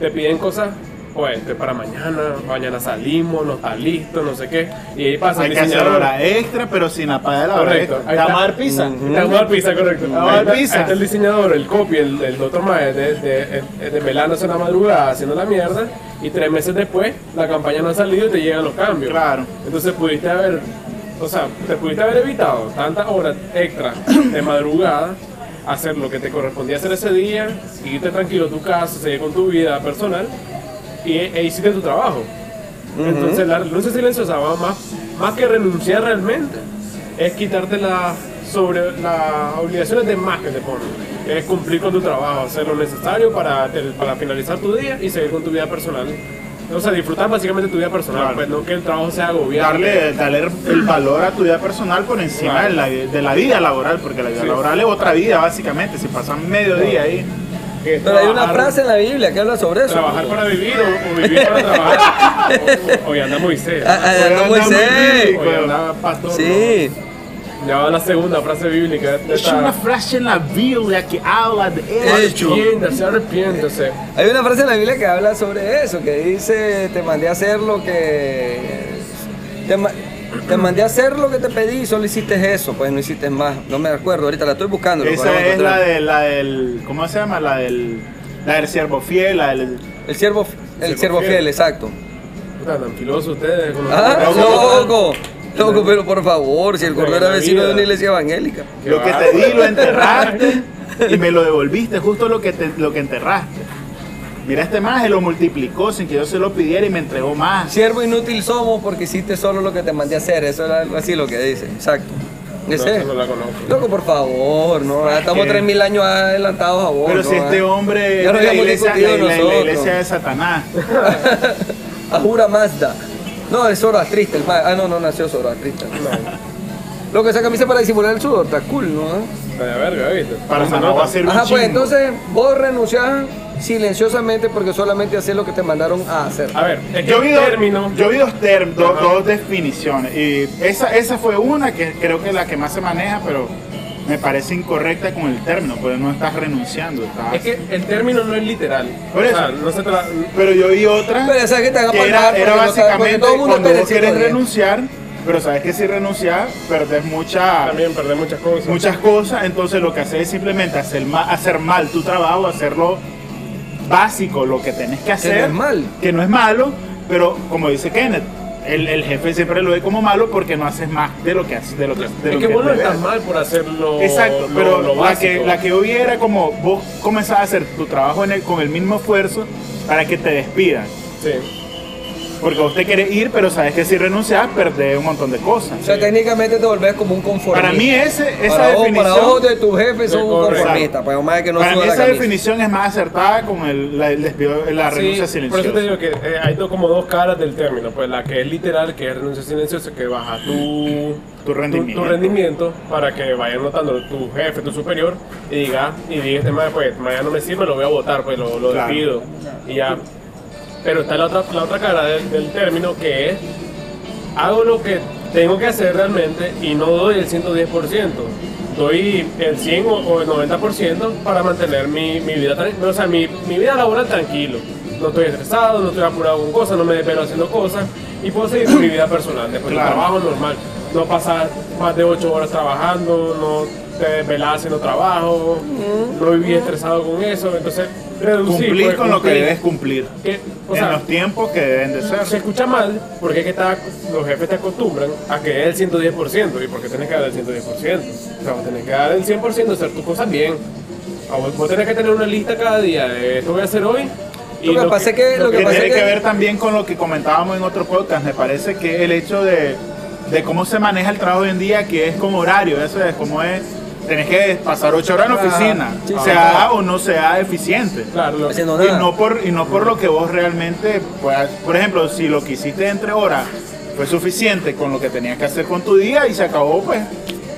te piden cosas, pues, este, para mañana, mañana salimos, no está listo, no sé qué. Y ahí pasa
Hay
el
que hacer
diseñador.
hora extra, pero sin apagar la hora
Correcto.
extra.
Ahí
Te
está.
vamos a dar pizza.
Te vamos a dar pizza, correcto.
vamos a dar
Ahí
pizza.
está- ahí está el diseñador, el copy, el, el otro mae, de, de, de, de melándose en la madrugada, haciendo la mierda, y tres meses después, la campaña no ha salido y te llegan los cambios.
Claro.
Entonces pudiste haber, o sea, te pudiste haber evitado tantas horas extras de madrugada hacer lo que te correspondía hacer ese día, irte tranquilo a tu casa, seguir con tu vida personal y, e hiciste tu trabajo. Entonces la renuncia silenciosa va más, más que renunciar realmente, es quitarte las sobre las obligaciones de más que te ponen. Es cumplir con tu trabajo, hacer lo necesario para, te- para finalizar tu día y seguir con tu vida personal. O sea, disfrutar básicamente tu vida personal,
Claro.
pues no que el trabajo sea agobiado.
Darle, darle el valor a tu vida personal por encima de, la, de la vida laboral, porque la vida
Sí.
laboral es otra vida, básicamente. Si pasan medio día ahí,
que es
Pero hay una
trabajar-
frase en la Biblia que habla sobre eso.
Trabajar para vivir o, o vivir para trabajar. O- Hoy anda Moisés.
Ah, ah,
Hoy
anda
anda
Moisés.
Moisés.
Hoy anda Pastor.
Sí.
Ya va la segunda frase bíblica. de
es
esta-
una frase en la Biblia que habla de hecho.
Arrepiéntase, arrepiéntase.
Hay una frase en la Biblia que habla sobre eso, que dice, te mandé a hacer lo que... Te, ma- te mandé a hacer lo que te pedí y solo hiciste eso, pues no hiciste más. No me acuerdo, ahorita la estoy buscando. lo
Esa
podemos
es la,
encontrar.
de, la del. ¿Cómo se llama? La del. La del siervo fiel, la del.
El siervo, el
Siervo
siervo
fiel.
fiel. exacto.
Puta, tan filosos ustedes. con los-
¡Ah,
Loco.
loco! Loco, pero por favor, si el cordero era
la
vecino
vida.
de una iglesia evangélica.
Qué
Lo que te
bárbaro.
di lo enterraste y me lo devolviste, justo lo que, te, lo que enterraste. Mira, este maje lo multiplicó sin que yo se lo pidiera y me entregó más.
Siervo inútil somos porque hiciste solo lo que te mandé a hacer. Eso era algo así lo que dice, exacto.
No,
Ese es.
esa no la conozco.
Loco, por favor, no, ya estamos
que-
3000 años adelantados a vos.
Pero
no,
si este
ah.
hombre
Ya
es de
lo
la
habíamos
iglesia,
discutido
la- la- la
nosotros.
iglesia de Satanás.
Ahura Mazda. No, es Zoroastrista, el ma- Ah, no, no nació Zoroastrista. Lo que esa camisa para disimular el sudor, está cool, ¿no? ¿Eh?
Está de verga, ¿viste?
Para
Se
Managua
nota.
sirve un
Ajá, pues
chingo.
entonces vos renunciás silenciosamente porque solamente haces lo que te mandaron a hacer.
A ver, es que
Yo vi, dos-
término.
yo vi dos, term- do-
Ajá.
dos definiciones. Y esa, esa fue una que creo que es la que más se maneja, pero me parece incorrecta con el término, porque no estás renunciando. estás-
Es que el término no es literal.
Por
O sea,
eso.
no se trata.
Pero yo vi otra
Pero, o sea, que te van a
que era,
pagar
era
porque no te- porque
básicamente
todo el mundo
cuando
es
vos querés
perecedor, ¿eh?
renunciar, pero sabes que si renunciar, perdés mucha,
También perder muchas cosas.
muchas cosas, entonces lo que haces es simplemente hacer mal, hacer mal tu trabajo, hacerlo básico, lo que tenés que hacer,
no es mal.
que no es malo, pero como dice Kenneth, el, el jefe siempre lo ve como malo porque no haces más de lo que haces, de lo que, de
Es
lo
que vos no
debes.
estás mal por hacerlo.
Exacto, pero
lo
la, que,
básico.
la que yo vi era como vos comenzás a hacer tu trabajo en el- con el mismo esfuerzo para que te despidan.
Sí.
Porque vos te querés ir, pero sabes que si renuncias, perdés un montón de cosas.
o sea, técnicamente te volvés como un conformista.
Para mí ese, esa
para vos-
definición,
para vos de tu jefe son un
Correcto.
conformista, pues más que no
para mí
suda la
esa
camisa.
definición es más acertada con el, la, el despido- la
Sí,
renuncia
Por eso
silenciosa.
te digo que eh, hay do- como dos caras del término. Pues la que es literal, que es renuncia silenciosa, que baja tu,
Tu rendimiento.
tu rendimiento para que vayan notando tu jefe, tu superior, y diga, y diga este "Ma, pues mañana no me sirve, lo voy a votar, pues lo, lo
Claro.
despido. Y ya. Pero está la otra, la otra cara del, del término que es hago lo que tengo que hacer realmente y no doy el 110%. Doy el 100 o, o el 90% para mantener mi, mi vida, tran- o sea, mi, mi vida laboral tranquilo. No estoy estresado, no estoy apurado con cosas, no me desvelo haciendo cosas y puedo seguir con mi vida personal. Después del
Claro.
trabajo normal. No pasar más de 8 horas trabajando, no te desvelas haciendo trabajo, no viví estresado con eso. Entonces, reducir.
cumplir
pues,
con lo que
cumplir.
debes cumplir.
Que, o
en
sea,
los tiempos que deben de ser.
se escucha mal porque es que está- los jefes te acostumbran a que es el 110% y porque tienes que dar el 110%. O sea, vos tenés que dar el 100% hacer tus cosas bien. O Vos, vos tenés que tener una lista cada día de esto voy a hacer hoy.
Lo que pasa es que- lo
que
que pasa
tiene
es
que
que-
ver también con lo que comentábamos en otro podcast. Me parece que el hecho de, de cómo se maneja el trabajo hoy en día, que es con horario, eso es como es. Tenés que pasar ocho horas en la
Ajá.
oficina,
Sí, sí.
sea o no sea eficiente.
Claro, lo-
Haciendo
Y
nada.
no por y no por lo que vos realmente puedas. Por ejemplo, si lo que hiciste entre horas fue suficiente con lo que tenías que hacer con tu día y se acabó, pues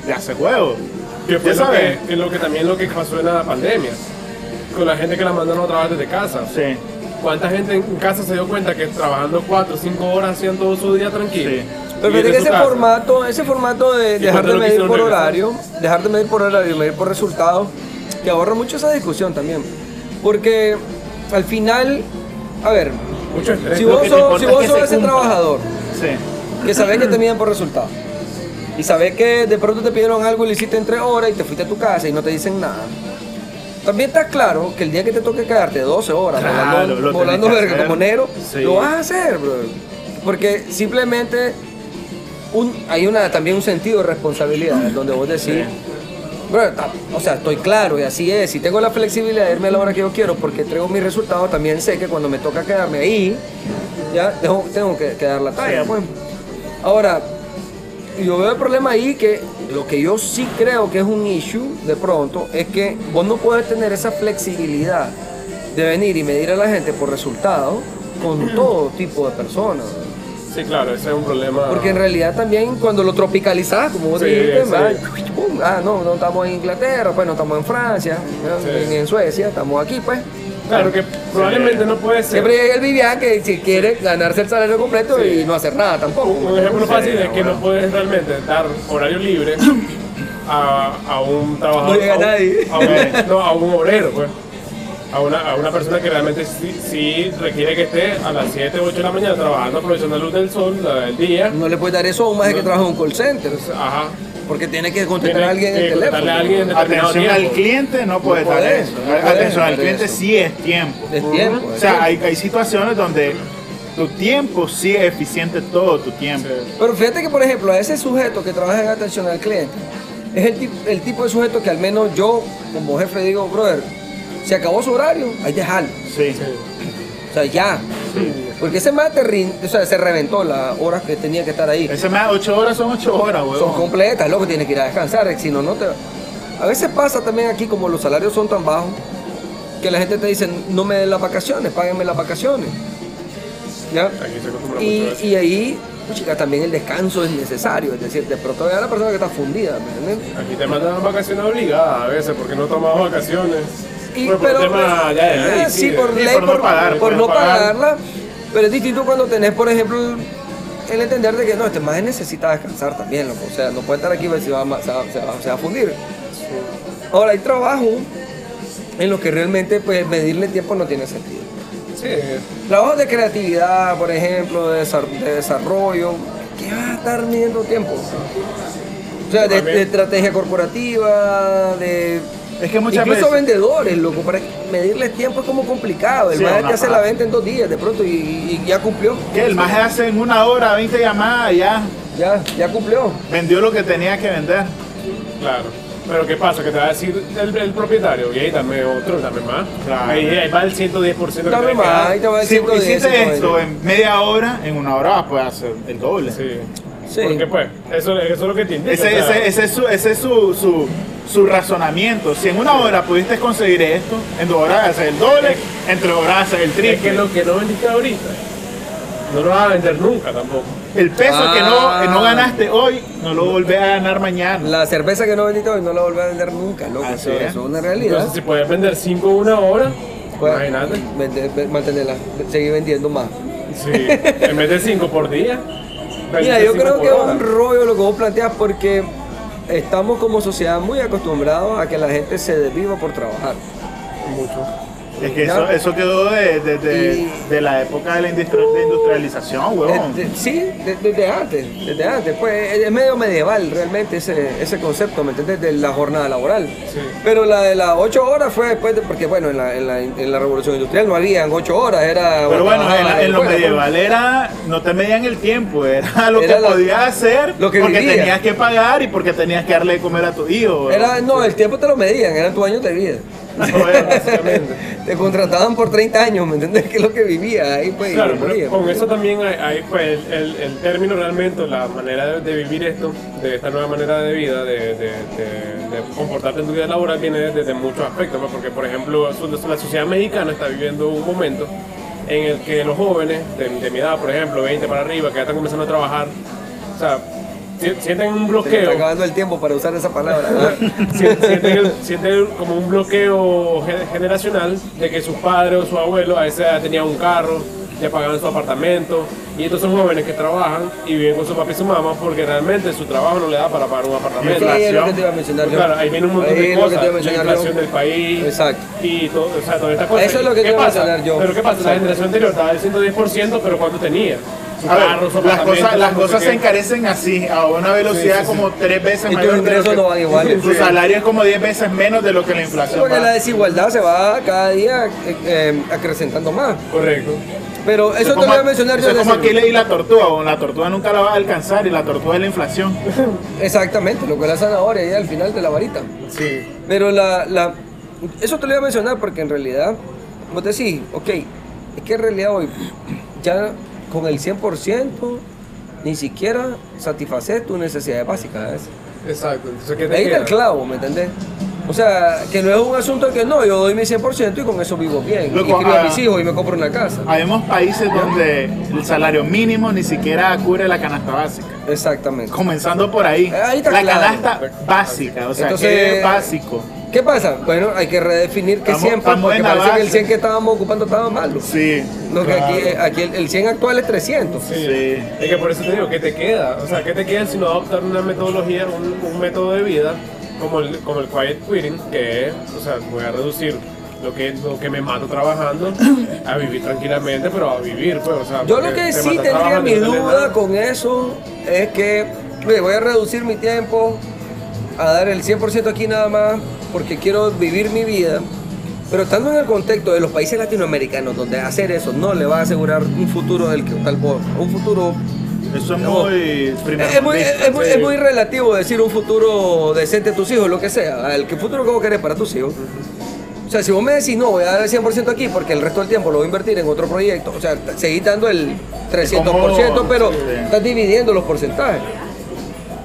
ya se juego.
que fue
Ya
lo
sabes.
que, que lo que también lo que pasó en la pandemia. Con la gente que la mandaron a trabajar desde casa.
Sí.
¿Cuánta gente en casa se dio cuenta que trabajando 4 o 5 horas haciendo su día tranquilo?
Sí.
Pero
Y
fíjate
desde
que
su
ese
casa?
formato, ese formato de
¿Y
dejar
cuánto
de
lo
medir
quisieron
por
regresar?
horario, dejar de medir por horario y medir por resultados, que ahorra mucho esa discusión también. Porque al final, a ver,
Mucho estrés.
si
lo
vos
que te
sos,
importa
si
es
vos
que
sos
se
ese
cumpla.
trabajador,
Sí.
que sabés que te miden por resultados, y sabés que de pronto te pidieron algo y lo hiciste en tres horas y te fuiste a tu casa y no te dicen nada. También está claro que el día que te toque quedarte 12 horas
Claro,
volando,
lo tenés
volando
que
verga
hacer.
como negro,
Sí.
lo vas a hacer, bro. Porque simplemente un- hay una, también un sentido de responsabilidad donde vos decís, Bueno, ta- o sea, estoy claro y así es. Si tengo la flexibilidad de irme a la hora que yo quiero porque traigo mis resultados, también sé que cuando me toca quedarme ahí, ya tengo, tengo que, que dar la talla. Pues. Ahora, yo veo el problema ahí que lo que yo sí creo que es un issue de pronto es que vos no puedes tener esa flexibilidad de venir y medir a la gente por resultados con todo tipo de personas.
Sí, claro, ese es un problema.
Porque en realidad también cuando lo tropicalizás, como vos
Sí,
dijiste,
sí.
man, pum, ah, no, no estamos en Inglaterra, pues no estamos en Francia, ¿no?
Sí.
ni en Suecia, estamos aquí, pues.
Claro, que probablemente no puede ser.
Siempre llega el Vivian que si quiere ganarse el salario completo y no hacer nada tampoco.
Un un ejemplo fácil es que no puedes realmente dar horario libre a, a un trabajador.
No llega
a un-
nadie.
a un- no, a un obrero, pues. A una, a una persona que realmente sí, sí requiere que esté a las 7, 8 de la mañana trabajando, aprovechando la luz del sol, la del día.
No le puedes dar eso a un más que trabaja en un call center,
Ajá.
porque tiene que contestar
Tiene
a alguien en
que
el teléfono.
contestarle a alguien en determinado
Atención al
tiempo.
cliente no puede
No
estar
podés,
eso.
no podés
Atención al
hacer
cliente
eso.
sí es tiempo.
Es tiempo. eh.
O
es
sea,
tiempo.
hay, hay situaciones donde tu tiempo sí es eficiente todo tu tiempo.
Sí.
Pero fíjate que, por ejemplo, a ese sujeto que trabaja en atención al cliente, es el, tip- el tipo de sujeto que al menos yo, como jefe, digo, brother, se acabó su horario, hay que dejarlo.
Sí.
O sea, ya. Porque ese mate rin- o sea, se reventó las horas que tenía que estar ahí.
Ese más 8 horas son 8 horas,
Son
huevón.
completas, loco, tienes que ir a descansar, si no, no te... A veces pasa también aquí, como los salarios son tan bajos, que la gente te dice, no me den las vacaciones, páguenme las vacaciones. ¿Ya?
Aquí se acostumbra mucho
Y,
a eso.
y ahí, pues, chica, también el descanso es necesario. Es decir, de pronto hay una persona que está fundida, ¿me entiendes?
Aquí te mandan vacaciones obligadas a veces porque no tomas vacaciones.
Y-
Pues por tema ya de ley,
ah, sí,
de-
por
sí,
ley,
por
por,
no pagar,
por
pues
por no
no
pagar.
pagarla. Pero es distinto cuando tenés, por ejemplo, el- el entender de que no, este más necesita descansar también, loco. O sea, no puede estar aquí porque se va, a ma- se va- se va- se va a fundir. Ahora, hay trabajo en lo que realmente pues, medirle tiempo no tiene sentido.
Sí,
Trabajos de creatividad, por ejemplo, de, desa- de desarrollo, ¿qué vas a estar midiendo tiempo? O sea, de, de estrategia corporativa, de...
Es que muchas
Incluso
veces-
vendedores, loco, para medirles tiempo es como complicado. El
Sí,
man
una
que hace
paja.
la venta en dos días de pronto y, y ya cumplió.
Que el más hace en una hora 20 llamadas y ya
Ya, ya cumplió.
vendió lo que tenía que vender.
Claro. Pero ¿qué pasa? Que te va a decir el, el propietario, y ahí dame otro, dame más.
Claro.
Ahí, ahí va el 110% que
Dame
te
más, ahí te va a
Si
decir todo
hiciste esto en media hora, en una hora vas a poder hacer el doble.
Sí.
Sí.
Porque pues, eso, eso es lo que te indica.
Ese,
o sea,
ese- ese es, su, ese es su, su- su razonamiento. Si en una hora pudiste conseguir esto, en dos horas haces el doble, en tres horas haces el
es que
triple.
lo que no vendiste ahorita, no lo vas a vender nunca tampoco.
El peso que no,
Ah.
que no ganaste hoy, no lo volvés a ganar mañana.
La cerveza que no vendiste hoy no la volverá a vender nunca, loco.
Así
Eso,
es.
eso es una realidad.
Entonces, si puedes vender 5 una hora,
Pues,
imagínate.
vender- ve- mantenerla, seguir vendiendo más.
Sí. en vez de 5 por día.
Mira,
vendiste
yo
cinco
creo
por
que es
hora.
un rollo lo que vos planteas porque estamos como sociedad muy acostumbrados a que la gente se desviva por trabajar.
Mucho.
Es que eso, eso quedó de, de- de-
Y-
de la época de la industri- de industrialización, huevón.
Este, sí, de- desde antes, desde antes. Pues es- es medio medieval realmente ese, ese concepto, ¿me entiendes? De la jornada laboral.
Sí.
Pero la de las 8 horas fue después de, porque bueno, en la, en la, en la revolución industrial no habían 8 horas, era...
Pero bueno, en,
trabajaba
en lo
después, pues.
medieval era, no te medían el tiempo, era lo
Era
que
la-
podías hacer
lo que
porque
vivías.
tenías que pagar y porque tenías que darle de comer a tu hijo. huevón.
Era, no, el tiempo te lo medían, eran tus años de vida.
No, bueno, básicamente.
te contrataban por 30 años, ¿me entiendes? Que es lo que vivía ahí, pues. y
Claro,
lo
pero
moría.
con eso también hay, hay, pues, el, el- el término realmente, o la manera de, de vivir esto, de esta nueva manera de vida, de, de- de- de comportarte en tu vida laboral, viene desde, muchos aspectos, ¿no? porque por ejemplo su- la sociedad mexicana está viviendo un momento en el que los jóvenes de, de mi edad, por ejemplo, 20 para arriba, que ya están comenzando a trabajar, o sea, si- sienten
Se me
un
está
bloqueo.
acabando el tiempo para usar esa palabra. ¿verdad?
Si- sienten, el- sienten como un bloqueo ge- generacional de que sus padres o sus abuelos a esa edad tenían un carro, ya pagaban su apartamento, y estos son jóvenes que trabajan y viven con su papá y su mamá porque realmente su trabajo no le da para pagar un apartamento.
Sí, es lo que te iba a mencionar yo.
Claro, ahí viene un montón
Ahí
de
es lo que te
cosas,
iba a
la
mencionar
inflación
yo.
del país
Exacto.
y todo, o sea, todas estas cosas.
Eso es lo que
¿Qué
te iba a
pasa?
mencionar yo.
Pero ¿qué pasa? La
Exacto.
generación anterior estaba al 110%, pero ¿cuánto tenía? su
A ver,
carro, su
las cosas,
apartamento,
las
no sé
cosas
qué.
se encarecen así, a una velocidad
Sí, sí, sí.
como tres veces
Y tus
mayor. de lo
ingresos
que-
no van iguales.
Tu
Sí.
salario es como diez veces menos de lo que la inflación
Porque
va.
la desigualdad se va cada día eh, eh, acrecentando más.
Correcto.
Pero eso te
como-
lo voy a mencionar
eso
yo.
es como
en ese-
Aquiles y la tortuga, o la tortuga nunca la va a alcanzar y la tortuga es la inflación.
Exactamente, lo que es la zanahoria ahí al final de la varita.
Sí.
Pero la, la- eso te lo iba a mencionar porque en realidad, vos decís, ok, es que en realidad hoy ya con el 100% ni siquiera satisfaces tus necesidades básicas. ¿ves?
Exacto. Entonces, ¿qué te
Ahí está
queda?
el clavo, ¿me entendés? O sea, que no es un asunto que no, yo doy mi 100% y con eso vivo bien.
Loco,
y crío a
ah,
mis hijos y me compro una casa.
Habemos países donde el salario mínimo ni siquiera cubre la canasta básica.
Exactamente.
Comenzando por ahí,
Ahí está
la
claro.
canasta básica, o sea,
Entonces-
¿qué es básico?
¿Qué pasa? Bueno, hay que redefinir que
Estamos-
siempre,
estamos
porque
en la
parece que el
base.
100 que estábamos ocupando estaba malo.
Sí,
No, que aquí, eh, aquí el, el 100 actual es 300.
Sí.
Sí.
Es que por eso te digo, ¿qué te queda? O sea, ¿qué te queda si no adoptar una metodología, un, un método de vida como el, como el quiet quitting, que es, o sea, voy a reducir lo que, lo que me mato trabajando a vivir tranquilamente, pero a vivir, pues, o sea.
Yo
porque
lo que
te
sí
matas
tendría
trabajando,
mi
no tienes
duda
nada.
con eso es que mire, voy a reducir mi tiempo a dar el 100% aquí nada más porque quiero vivir mi vida. Pero estando en el contexto de los países latinoamericanos donde hacer eso no le va a asegurar un futuro del que tal vos, un futuro
eso es
Digamos,
muy primer
es muy,
mundista.
es muy-
sí.
es muy relativo decir un futuro decente a tus hijos, lo que sea, el que futuro que vos querés para tus hijos. O sea, si vos me decís, no, voy a dar el 100% aquí porque el resto del tiempo lo voy a invertir en otro proyecto, o sea, t- seguís dando el 300%,
Como-
pero
sí, sí.
estás dividiendo los porcentajes.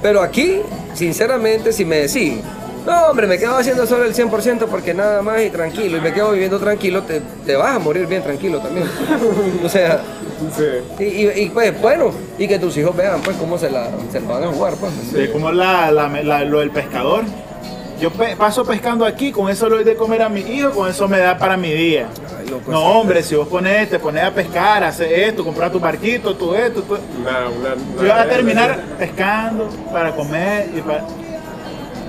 Pero aquí, sinceramente, si me decís, no, hombre, me quedo haciendo solo el 100% porque nada más y tranquilo, y me quedo viviendo tranquilo, te, te vas a morir bien tranquilo también. o sea...
Sí.
Y, y- y, pues bueno, y que tus hijos vean pues cómo se la, se la van a jugar pues.
De como la, la- la- lo del pescador. Yo pe- paso pescando aquí, con eso lo doy de comer a mi hijo, con eso me da para mi día.
Ay, loco,
No,
sí. pues.
hombre, si vos pones, te pones a pescar, haces esto, compras tu barquito, todo esto, todo.
Nada, una-
Yo iba
nada,
a terminar pescando para comer y para...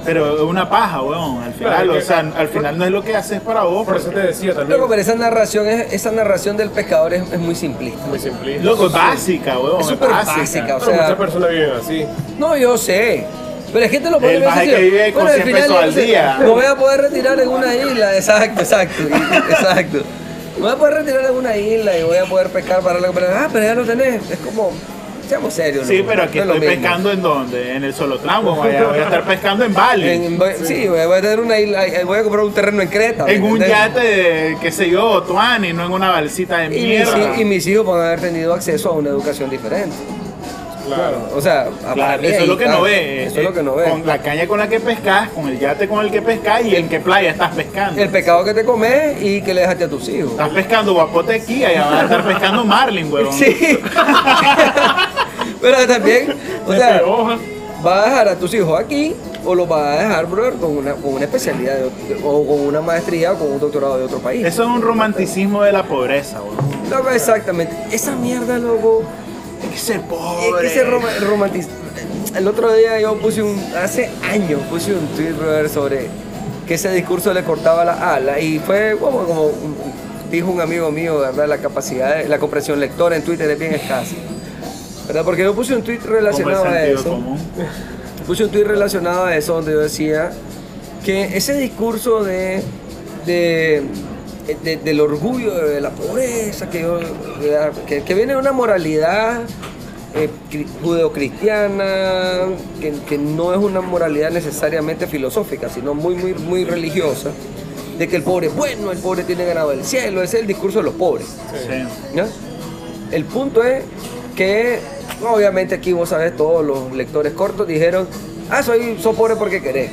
Pero es una paja, weón, al final,
Claro,
o
que-
sea, al final no es lo que haces para vos.
Por eso te decía también.
Loco, pero esa narración, es, esa narración del pescador es, es muy simplista.
Muy simplista.
Loco, es básica, weón, es
Es súper
básica.
básica, o
Pero
sea-
muchas personas viven así.
No, yo sé. Pero es que te lo
El maje que vive con 100 pesos al día.
No voy a poder retirar en una isla, exacto, exacto, exacto. No voy a poder retirar en una isla y voy a poder pescar para la pero, Ah, pero ya lo tenés. Es como, seamos serios.
Sí,
loco,
pero aquí
no es lo
estoy
mismo.
pescando en donde, en el Solotlán, weón, allá voy a estar pescando en Bali.
En- en- voy- sí. voy a tener una isla, eh, voy a comprar un terreno en Creta.
En
¿me
un
entendés?
yate, de, qué sé yo, Tuani, no en una balsita de
Y mis,
mierda.
hi- y mis hijos van a haber tenido acceso a una educación diferente.
Claro.
O sea, a- para
Claro,
mí
eso es
ahí,
lo que
claro,
no ve. eh,
Eso es lo que no
Con
ve.
la caña con la que pescas, con el yate con el que pescas y en qué playa estás pescando.
El pecado que te comes y que le dejaste a tus hijos.
Estás pescando guapote aquí, allá vas a estar pescando marlin, huevón.
Sí. Pero también, o sea,
Este, hoja.
vas a dejar a tus hijos aquí o los vas a dejar, brother, con una, con una especialidad de- o con una maestría o con un doctorado de otro país.
Eso es un romanticismo de la pobreza, huevón.
Loco, exactamente. Esa mierda, loco.
Es que ser
Es
pobre.
Eh, que se rom- romantiza. El otro día yo puse un. Hace años puse un tweet, brother, sobre que ese discurso le cortaba la ala. Y fue como, como un- dijo un amigo mío, ¿verdad? La capacidad, de- la comprensión lectora en Twitter es bien escasa. ¿Verdad? Porque yo puse un tweet
Como el
relacionado a
sentido
eso.
común.
Puse un tweet relacionado a eso donde yo decía que ese discurso de, de- de- del orgullo, de la pobreza, que, yo- de la- que, que viene de una moralidad eh, cri- judeocristiana, que, que no es una moralidad necesariamente filosófica, sino muy, muy, muy religiosa, de que el pobre es bueno, el pobre tiene ganado el cielo, ese es el discurso de los pobres.
Sí.
¿Ya? El punto es que, obviamente aquí vos sabés, todos los lectores cortos dijeron, ah, soy, soy pobre porque querés.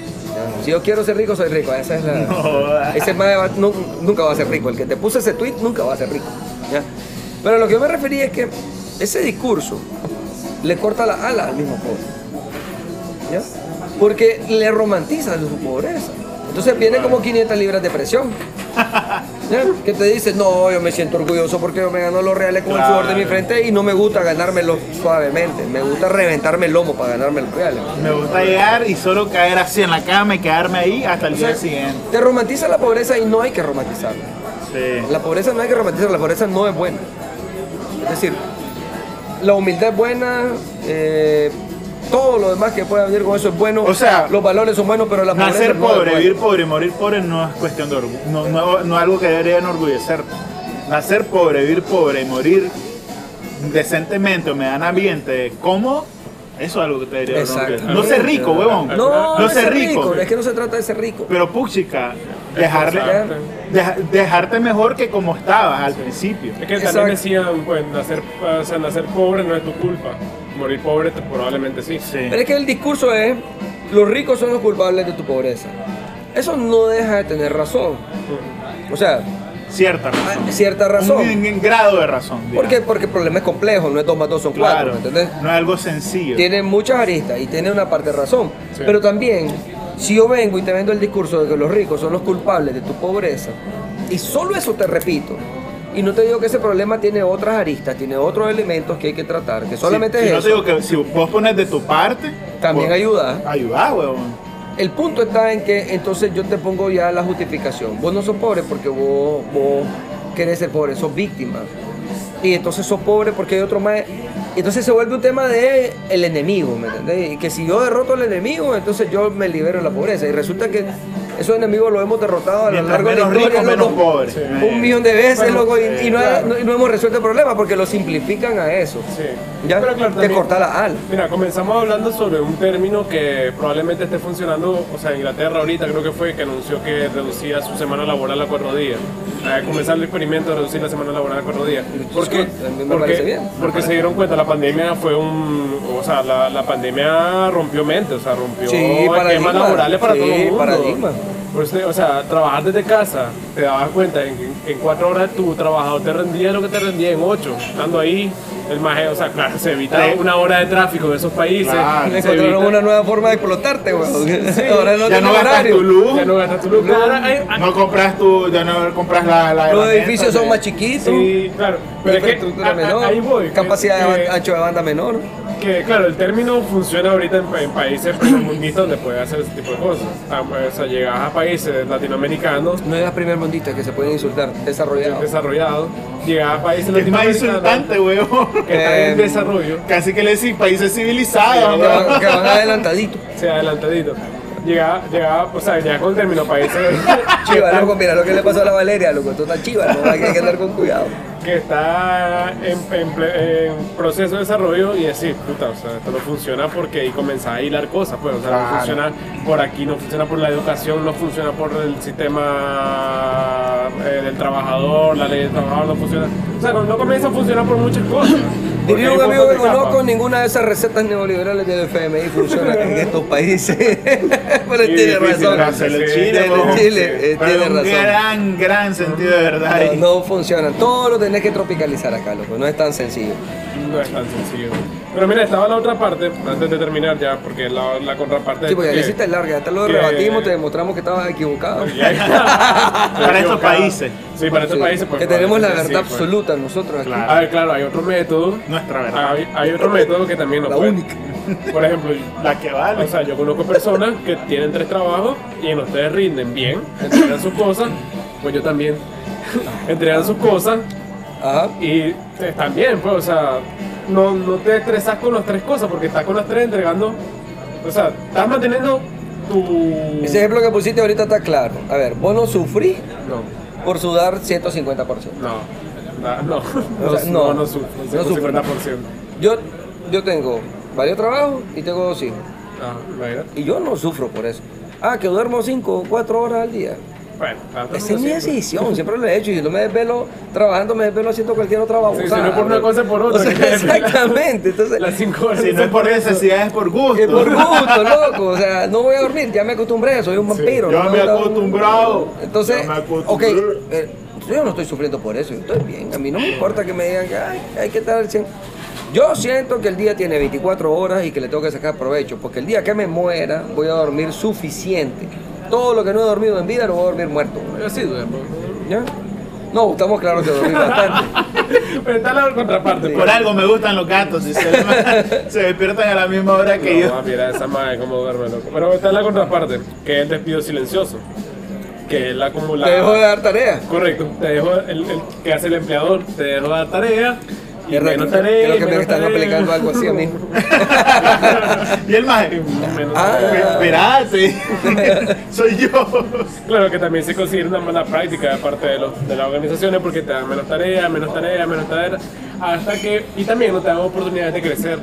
Si yo quiero ser rico, soy rico. Esa es la-
No.
ese mae va- nu- nunca va a ser rico. El que te puso ese tweet nunca va a ser rico. ¿ya? Pero lo que yo me refería es que ese discurso le corta la ala al mismo pobre. ¿ya? Porque le romantiza su pobreza. Entonces viene como 500 libras de presión. ¿Ya? Que te dice, no, yo me siento orgulloso porque yo me gano los reales con el
Claro.
sudor de mi frente y no me gusta ganármelo suavemente. Me gusta reventarme el lomo para ganarme los reales.
Me gusta llegar y solo caer así en la cama y quedarme ahí hasta el día siguiente.
Te romantiza la pobreza y no hay que romantizarla.
Sí.
La pobreza no hay que romantizarla, la pobreza no es buena. Es decir, la humildad es buena, eh, todo lo demás que pueda venir con eso es bueno.
O sea,
los valores son buenos, pero la
Nacer
pobreza no es
pobre,
buena.
vivir pobre, morir pobre no es cuestión de orgullo. No, no- no es algo que debería enorgullecer. Nacer pobre, vivir pobre y morir decentemente o me dan ambiente cómodo, eso es algo que te debería enorgullecer. No ser rico, huevón.
No,
no
es
ser rico.
Es que no se trata de ser rico.
Pero puchica, dejarle,
Esforzarte.
deja- dejarte mejor que como estabas al principio.
Es que
Exacto.
también decían, pues, nacer, o sea, nacer pobre no es tu culpa. Morir pobre te- probablemente sí.
Sí.
Pero es que el discurso es, los ricos son los culpables de tu pobreza. Eso no deja de tener razón. O sea,
Cierta razón.
hay cierta razón.
Un, un grado de razón. digamos.
Porque, porque el problema es complejo, no es 2 más 2 son 4,
Claro,
¿entendés?
no es algo sencillo.
Tiene muchas aristas y tiene una parte de razón.
Sí.
Pero también, si yo vengo y te vendo el discurso de que los ricos son los culpables de tu pobreza, y solo eso te repito, y no te digo que ese problema tiene otras aristas, tiene otros elementos que hay que tratar, que solamente
si,
es
si
eso.
No te digo que si vos pones de tu parte.
También
vos-
ayuda.
Ayuda, huevón.
El punto está en que entonces yo te pongo ya la justificación. Vos no sos pobre porque vos, vos querés ser pobre, sos víctima. Y entonces sos pobre porque hay otro más. Entonces se vuelve un tema de el enemigo, ¿me entendés? Y que si yo derroto al enemigo, entonces yo me libero de la pobreza. Y resulta que esos enemigos los hemos derrotado a lo
Mientras
largo de la
menos
historia.
rico, menos
loco.
pobre.
Un millón de veces,
Bueno,
loco, y,
sí,
y no,
claro.
no- y no hemos resuelto el problema porque lo simplifican a eso.
Sí.
¿Ya?
Pero claro,
te
también-
corta la ala.
Mira, comenzamos hablando sobre un término que probablemente esté funcionando, o sea, en Inglaterra ahorita creo que fue que anunció que reducía su semana laboral a cuatro días. Eh, comenzar el experimento de reducir la semana laboral a cuatro días. ¿Por qué?
A mí pues, me parece
Porque,
bien.
porque se dieron cuenta, la pandemia fue un... O sea, la, la pandemia rompió mente, o sea, rompió
Sí, paradigma,
temas laborales para
sí,
todo el mundo.
paradigma.
Por eso, o sea, trabajar desde casa, te dabas cuenta, en, en cuatro horas tu trabajador te rendía lo que te rendía en ocho, estando ahí, el maje, o sea, claro, se evitaba
Sí.
una hora de tráfico en esos países.
Claro.
se
Encontraron
evita-
una nueva forma de explotarte, weón. Ahora no
ya
tiene
no gastas
horario.
tu luz,
Ya no gastas tu luz.
No.
Ahora hay- hay-
no compras tu, ya no compras la, la
Los
herramienta,
edificios son
sí.
más chiquitos,
eh. Sí, claro. Pero es que
infraestructura
a- a-
menor,
ahí voy.
capacidad de
que-
ban- ancho de banda menor.
Que claro, el término funciona ahorita en, pa- en países primermundistas donde puedes hacer ese tipo de cosas. Ah, pues, O sea, llegas a países latinoamericanos
No es la primer mundista que se pueden insultar, desarrollado.
desarrollados, llegas a países
Es más
latinoamericanos
insultante, huevón.
que están en
Em,
desarrollo.
Casi que le decís países
Que
civilizados,
van,
huevón.
que van adelantaditos.
sea adelantadito. Llegaba, llegaba, o sea, ya con el término países
Chiva, loco, mira lo que le pasó a la Valeria, loco. Tú estás chiva, ¿no? hay que hay que andar con cuidado.
que está en, en ple- en proceso de desarrollo y decir, puta, o sea, esto no funciona porque ahí comenzaba a hilar cosas, pues, o sea,
Claro.
no funciona por aquí, no funciona por la educación, no funciona por el sistema eh, del trabajador, la ley del trabajador no funciona, o sea, no, no comienza a funcionar por muchas cosas. porque
Diría
hay
un
un
amigo
montón
que
de capas.
conozco, ninguna de esas recetas neoliberales del FMI funciona en estos países. Pero
Sí,
tiene
difícil,
razón.
gracias, el Chile,
Tiene-
huevón.
Chile, eh,
Pero
tiene
un
razón.
gran, gran sentido de verdad.
No,
y-
no funcionan. Todo lo tenés que tropicalizar acá, loco. No es tan sencillo.
No es tan sencillo. Pero mira, estaba la otra parte, antes de terminar ya, porque la, la contraparte...
Sí, porque
que-
la lista es larga. Hasta lo
que-
rebatimos, te demostramos que estabas equivocado.
Para
para
estos países.
Sí, para estos
Sí,
países. pues,
que tenemos la verdad
probablemente sí, pues.
absoluta nosotros aquí.
Claro.
A ver, claro, hay otro método.
Nuestra verdad.
Hay, hay otro método que también no
La
puede.
única.
Por ejemplo,
La que vale.
o sea, yo conozco personas que tienen tres trabajos y en los tres rinden bien, entregan sus cosas, pues yo también. Entregan sus cosas
Ajá.
y están bien, pues, o sea, no, no te estresas con las tres cosas porque estás con las tres entregando, o sea, estás manteniendo tu...
Ese ejemplo que pusiste ahorita está claro. A ver, vos no sufrís
No,
por sudar 150%.
no, Ah, no, no,
O sea, no,
no, no sufro,
no sufro.
50%.
Yo, yo tengo varios trabajos y tengo dos hijos.
Ah, imagínate.
Y yo no sufro por eso. Ah, que duermo 5 o 4 horas al día.
Bueno, tanto
Esa es
no
mi
sufro.
decisión, siempre lo he hecho. Y si no me desvelo trabajando, me desvelo haciendo cualquier otra trabajo.
Sí, si no es por una cosa, es por otra, que te desvelas.
exactamente. Entonces,
Las cinco horas.
si no es por necesidad, es por gusto.
Es por gusto, loco. O sea, no voy a dormir, ya me acostumbré, soy un vampiro.
ya
no
me he
gusta-
acostumbrado,
Entonces,
ya me acostumbré.
ok, eh, yo no estoy sufriendo por eso, yo estoy bien. A mí no me importa que me digan que "Ay, hay que estar al 100". Yo siento que el día tiene 24 horas y que le tengo que sacar provecho, porque el día que me muera voy a dormir suficiente. Todo lo que no he dormido en vida lo voy a dormir muerto.
Yo sí duermo.
¿Ya? No, estamos claros que dormí bastante.
Pero está la contraparte.
Por algo me gustan los gatos. Y se, se despiertan a la misma hora que
que
yo.
no, mira esa madre cómo duerme, loco. Pero está la contraparte, que es el despido silencioso. Que es la acumulada.
Te dejo de dar tareas.
Correcto. Te dejo el, el que hace el empleador, te dejo la tarea Y menos tarea,
creo que
menos
me están
tarea.
aplicando algo así a mí.
y el maje,
Menos
Ah.
tarea.
esperate, soy yo.
Claro que también se considera una mala práctica de parte de, los, de las organizaciones porque te dan menos tareas, menos tareas, menos tareas, hasta que, y también no te dan oportunidades de crecer.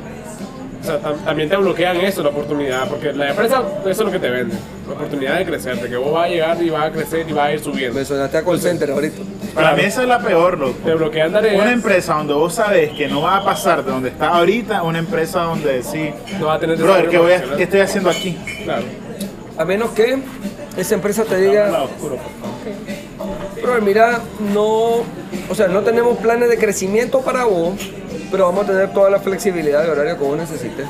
O sea, tam- también te bloquean eso, la oportunidad, porque la empresa, eso es lo que te vende, la oportunidad de crecer, de que vos vas a llegar y vas a crecer y vas a ir subiendo.
Me sonaste a call center ahorita.
Pues, Para mí esa es la peor, loco.
Te bloquean tareas,
Una empresa donde vos sabes que no vas a pasar de donde está ahorita, una empresa donde sí,
no vas a tener
brother, ¿qué,
desarrollo
voy a-
profesional.
qué estoy haciendo aquí?
Claro.
A menos que esa empresa te
Vamos al
diga,
lado oscuro, por favor.
pero mira, no, o sea, no tenemos planes de crecimiento para vos, pero vamos a tener toda la flexibilidad de horario que vos necesites.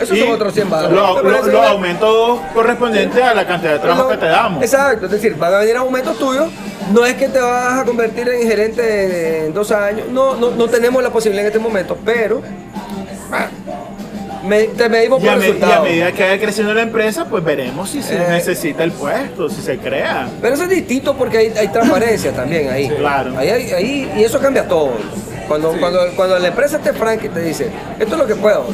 Eso
Y
son otros 100 baros.
Lo, lo, lo aumento correspondiente a la cantidad de trabajo que te damos.
Exacto, es decir, van a venir aumentos tuyos. No es que te vas a convertir en gerente en dos años. No, no, no tenemos la posibilidad en este momento, pero ah, me- te medimos
Y
por
a, me- y a
resultados.
medida que vaya creciendo la empresa, pues veremos si se
Eh.
necesita el puesto, si se crea.
Pero eso es distinto porque hay, hay transparencia también ahí.
Claro.
Ahí, hay- ahí- y eso cambia todo. Cuando, cuando, cuando la empresa te franca y te dice, esto es lo que puedo.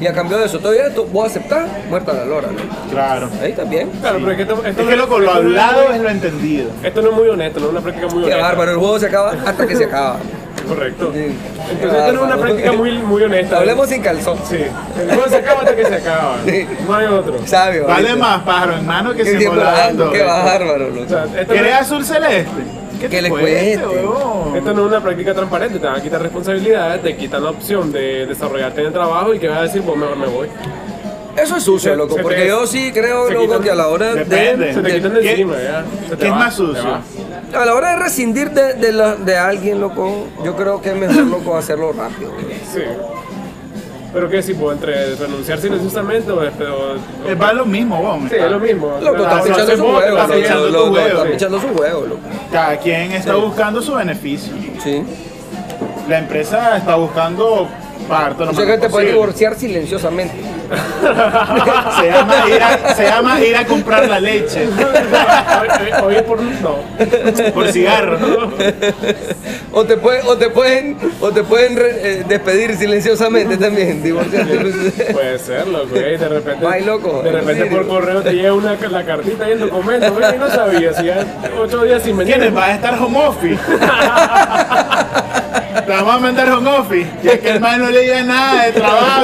Y a cambio de eso, todavía tú voy a aceptar, muerta la lora. ¿no?
Claro.
Ahí también.
Claro, pero es que esto, esto
Es
no
que loco, lo
esto no es
hablado
muy-
es lo entendido.
Esto no es muy honesto, no es una práctica muy
Qué
honesta.
bárbaro, el juego se acaba hasta que se acaba.
Correcto.
Sí.
Entonces, esto no es una
Bárbaro.
práctica muy, muy honesta.
Hablemos sin calzón.
Sí, el juego se acaba hasta que se acaba.
Sí.
No hay otro.
Sabio.
Vale
¿viste?
más pájaro en mano que
Qué
se
tiempo
volando.
volando, Qué bárbaro, loco.
O sea, esto, no,
¿Querés
es-
azul celeste? ¿Qué
Que
te
le cueste.
huevón?
esto no es una práctica transparente. Te van a quitar responsabilidades, te quitan la opción de desarrollarte en el trabajo y que vas a decir, pues mejor me voy.
Eso es sucio,
Se-
loco,
se
porque
te-
yo sí creo,
se
loco,
quitan-
que a la hora
Depende.
de,
Se te
de-
quitan de
¿Qué-
encima, ya. Se te
qué es
va,
más
se te
sucio?
va.
a la hora de rescindir de, de la- de alguien, loco, yo creo que es mejor, loco, hacerlo rápido.
Sí. Pero qué si puedo entre renunciar silenciosamente o... este, o-
Eh, Va lo mismo, huevón.
Sí, es lo mismo.
Loco,
Pero
está
no,
pichando
se
su
monta,
huevo,
está
loco,
pichando tu
loco,
huevo,
está
sí.
pichando su huevo, loco.
Cada quien está
Sí.
buscando su beneficio.
Sí.
La empresa está buscando parto.
O sea que te puedes divorciar silenciosamente.
se, llama ir a, se llama ir a comprar la leche
Hoy- hoy- hoy por... No.
por cigarro.
O te, puede- o te pueden, o te pueden re- eh, despedir silenciosamente también, divorciarte.
Puede ser, loco, y de repente.
Ay, loco,
De
en
repente
serio.
por correo te llega una, la cartita y el documento. Oye, no sabía, si ya ocho días sin venir.
¿Quiénes? Va a estar home office. Te vamos a mandar home office. Y es que el man no le llega nada de trabajo.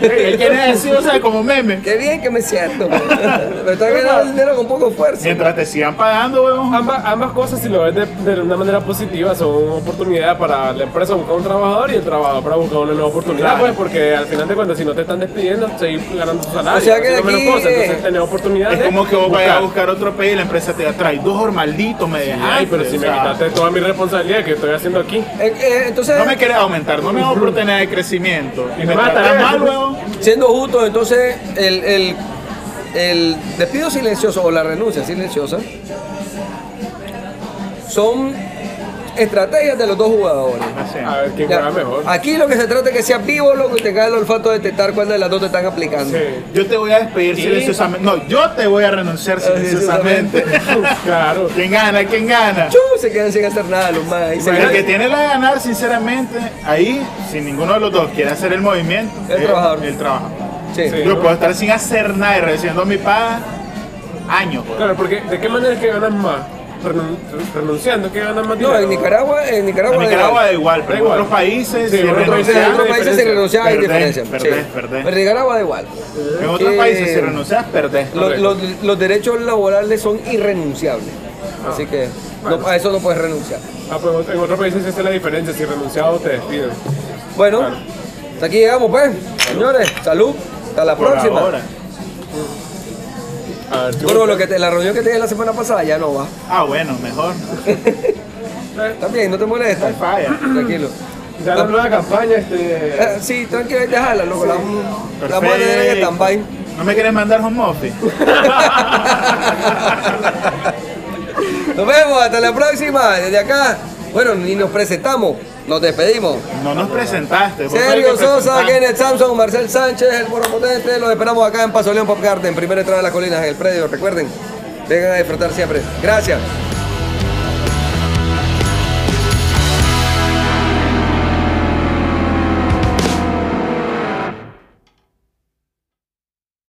Él quiere, él quiere decir, o sea, como meme.
Qué bien que me siento. Me está ganando el dinero con poco esfuerzo.
Mientras te sigan pagando, huevón.
Ambas, ambas cosas, si lo ves de, de una manera positiva, son oportunidad para la empresa buscar un trabajador y el trabajador para buscar una nueva oportunidad,
Claro.
pues, porque al final de cuentas, si no te están despidiendo, seguís ganando tu salario.
O sea que de
haciendo menos
aquí,
cosas,
eh,
entonces tenés oportunidad.
Es
de
como que vos
buscar.
vayas a buscar otro país y la empresa te trae dos hormalditos, me dejaste.
Ay, pero si
o
me
sea,
quitaste toda mi responsabilidad que estoy haciendo aquí.
Eh, eh, entonces,
No me querés aumentar, no me das oportunidad de crecimiento. Y me
Mata,
tratas
eh.
mal, huevón.
Siendo justo, entonces el, el- el despido silencioso o la renuncia silenciosa son estrategias de los dos jugadores.
Así.
A ver quién
Ya,
juega mejor.
Aquí lo que se trata es que seas vivo, loco, y tengas el olfato de detectar cuál de las dos te están aplicando.
Sí. Ah,
Yo te voy a despedir
¿Y?
silenciosamente. No, yo te voy a renunciar silenciosamente.
Claro.
¿Quién gana? ¿Quién gana?
Chu, Se quedan sin hacer nada los más. ahí se
El
quedan.
que tiene la de ganar, sinceramente, ahí, si ninguno de los dos quiere hacer el movimiento,
El
eh,
trabajador.
El trabajador.
Sí.
Sí.
Yo puedo estar sin hacer nada y recibiendo mi paga años. pues. güey.
Claro, porque ¿de qué manera es que ganas más? Renun- Renunciando, ¿qué ganas más?
No,
dinero?
en Nicaragua, en Nicaragua,
En
da
Nicaragua da
igual.
igual, pero
Da
en
igual.
otros países,
Sí,
si
en otros
Sí, en
renuncias,
otros
hay
países se
diferencia.
renuncia hay
Perdés,
diferencia. sí.
perdés, perdés.
Pero en Nicaragua da igual.
en otros
Eh,
países, si renuncias, perdés.
Lo- Los, los derechos laborales son irrenunciables.
Ah.
Así que no- a eso no puedes renunciar.
Ah, pues en otros países esa es la diferencia, si renunciado te despiden.
Bueno,
Claro.
hasta aquí llegamos, pues. Señores, salud. Hasta la
Por
próxima.
ahora.
A ver, si
Pero lo que te- la reunión que tenías la semana pasada ya no va.
Ah, bueno, mejor.
También, no te molestes.
Falla.
Tranquilo.
Ya la nueva campaña, este...
Eh, Sí, tranquilo, ahí déjala, loco. La, la vamos a tener en
Perfecto.
stand-by.
¿No me quieres mandar home office?
Nos vemos, hasta la próxima. Desde acá, bueno, ni nos presentamos, nos despedimos.
No nos presentaste. vos sabés
Sergio
que
Sosa,
presentás.
Kenneth Samson, Marcel Sánchez, el Moro Potente, los esperamos acá en Paso León Pop Garden, primera entrada de las colinas, en el predio, recuerden, vengan a disfrutar siempre. Gracias.